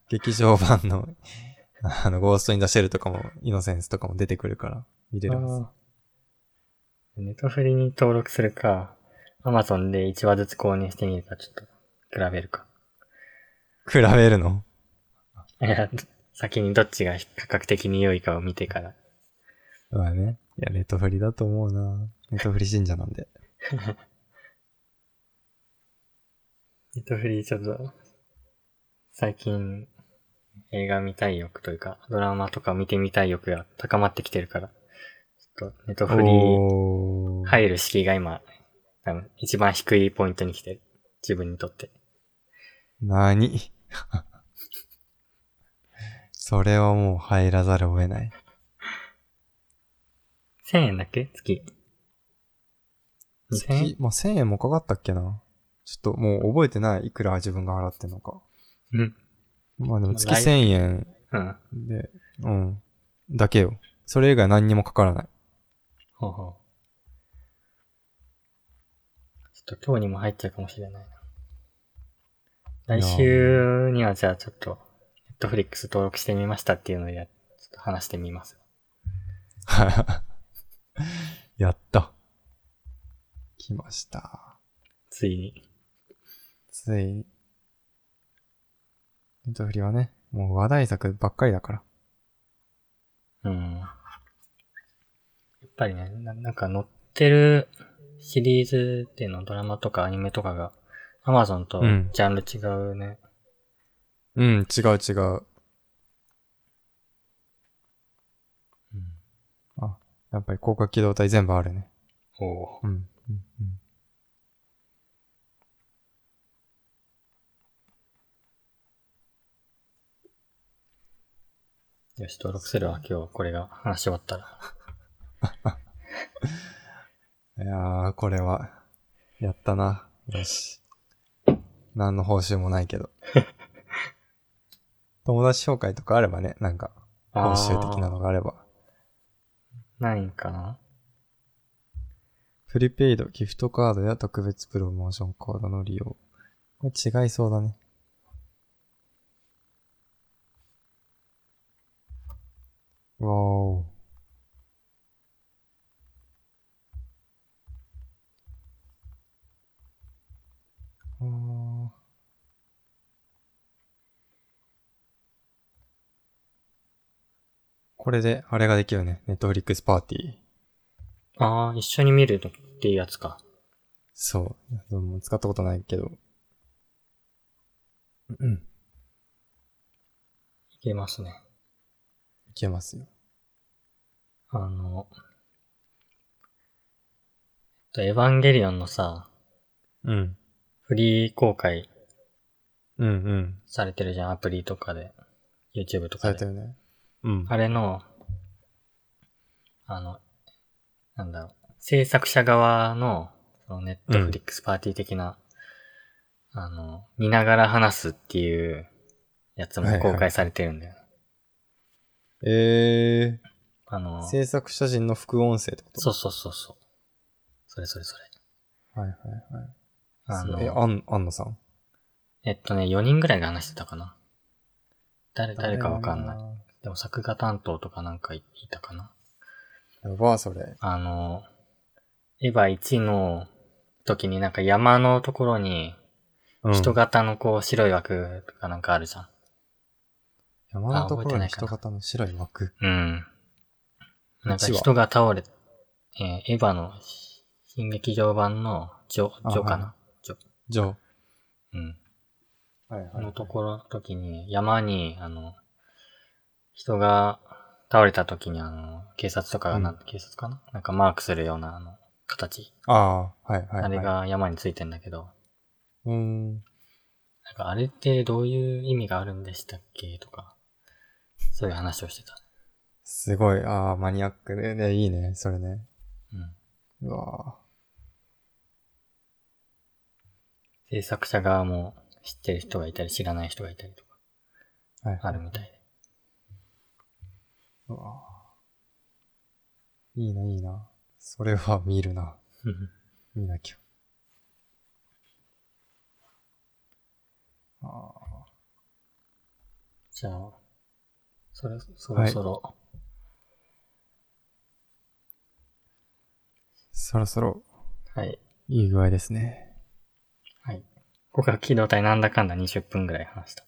A: 劇場版の、あの、ゴーストに出せるとかも、イノセンスとかも出てくるから、見れるはず。
B: ネトフリに登録するか、Amazon で1話ずつ購入してみるか、ちょっと、比べるか。
A: 比べるの
B: いや、先にどっちが価格的に良いかを見てから。
A: そうだね。いや、ネットフリだと思うなネットフリ信者なんで。
B: ネットフリーちょっと、最近、映画見たい欲というか、ドラマとか見てみたい欲が高まってきてるから、ちょっとネットフリー
A: おー。い。
B: 入る敷居が今、多分一番低いポイントに来てる。自分にとって。
A: なに それはもう入らざるを得ない。
B: 1000円だっけ月。2000円
A: 月、まあ、1000円もかかったっけな。ちょっともう覚えてない。いくら自分が払ってんのか。
B: うん。
A: まあでも月
B: まあ来
A: 1000円
B: うん。
A: で、うん。だけよ。それ以外何にもかからない。
B: ほうほう。ちょっと今日にも入っちゃうかもしれないな。
A: い
B: 来
A: やー
B: 週にはじゃあちょっと、Netflix 登録してみましたっていうのでや、ちょっと話してみます。
A: やった。来ました。
B: ついに。
A: ついに。ネットフリはね、もう話題作ばっかりだから。
B: うん。やっぱりね、ななんか載ってるシリーズっていうの、ドラマとかアニメとかが、Amazon と
A: うん
B: ジャンル違うね。
A: うん、違う違う。やっぱり広角機動隊全部あるね。
B: おお
A: うん。うんうん、
B: ーよし、登録するわ、今日これが話終わったら。
A: いやー、これは、やったな。よし。何の報酬もないけど。友達紹介とかあればね、なんか、報酬的なのがあれば。
B: あー。ないんかな
A: プリペイド、ギフトカードや特別プロモーションカードの利用。これ違いそうだね。わお。あーこれで、あれができるね。ネットフリックスパーティー。
B: ああ、一緒に見るのっていうやつか。
A: そう。いやでも使ったことないけど。うん。い
B: いけますね。
A: けますよ。
B: あの、えっとエヴァンゲリオンのさ、
A: うん。
B: フリー公開
A: うんうん。
B: されてるじゃん、アプリとかで。YouTube と
A: さ
B: か
A: れて
B: で。
A: るね。うん。
B: あれの、あの、なんだろう、制作者側の、そのネットフリックスパーティー的な、あの、見ながら話すっていうやつも公開されてるんだよ。
A: え
B: あの
A: ー、、制作写真の副音声ってこと
B: そうそうそうそう。それそれそれ。
A: う。はいはい
B: あ
A: はい。
B: の、
A: え、あん、あんのさん
B: えっとね、4人ぐらいが話してたかな。誰、誰かわかんない。でも作画担当とかなんかいいたかな。
A: い。やばー、それ。
B: あの、エヴァ1の時になんか山のところに、
A: うん
B: 人。型のこう白い枠とかなんかあるじゃん。
A: 山のところ
B: あ覚
A: に
B: えてないか
A: 人
B: な
A: 型の白い枠。
B: うん。なんか
A: 1は
B: 人が倒れ、えーエヴァの新劇場版のジョ、ジョかな、ジョ。
A: ジョ
B: うん。
A: ー。はい
B: のところの時に、山に、あの、人が倒れた時に、あの、警察とかがな、
A: うん
B: 警察かななんかマークするような、あの、形。
A: ああ、はいはい、はい。
B: あれ。が山についてんだけど、
A: うーん。
B: なんかあれってどういう意味があるんでしたっけとか、そういう話をしてた。
A: すごい。ああ、マニアックで、ね、いいね。それね。
B: うん。
A: うわ
B: 制作者側も知ってる人がいたり知らない人がいたりとか、
A: ー。はい。
B: あるみたいで。
A: うわぁいいな、いいな。それは見るな。
B: うん
A: 見なきゃ。あ
B: じゃあ、そろそろそろ、
A: そろそろ、
B: はい。
A: いい具合ですね。
B: はい。ここが機動隊なんだかんだ20分ぐらい話した。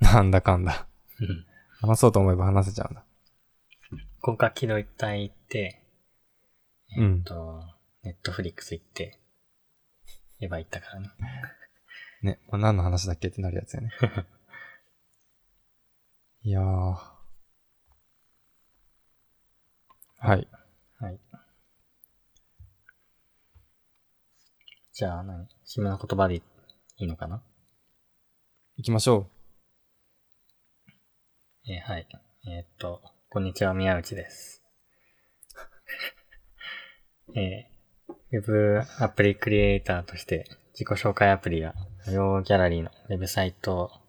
A: なんだかんだ。
B: うん
A: 話そうと思えば話せちゃうんだ。
B: 高架機動隊行って、
A: う
B: え
A: ん
B: っ。と、ネットフリックス行って、エヴァ行ったからね。
A: ね、これ何の話だっけってなるやつやね。 いやー。はい。
B: はい。じゃあ何、締めの言葉でいいのかな
A: 行きましょ
B: えーはい。えーっと、こんにちは、宮内です。 えー、ウェブアプリクリエイターとして自己紹介アプリや無料ギャラリーのウェブサイト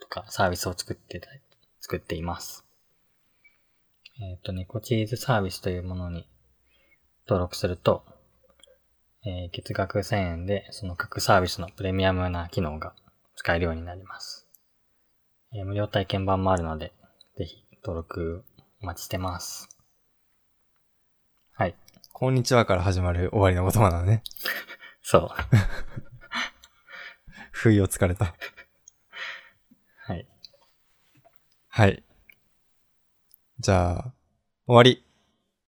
B: とかサービスを作ってた、作っています。えーっと、猫チーズサービスというものに登録すると、えー月額1000円でその各サービスのプレミアムな機能が使えるようになります。えー無料体験版もあるので、ぜひ登録お待ちしてます。はい。
A: こんにちはから始まる終わりの言葉なのね。
B: そう。
A: 不意をつかれた。
B: はい。
A: はい。じゃあ、終わり。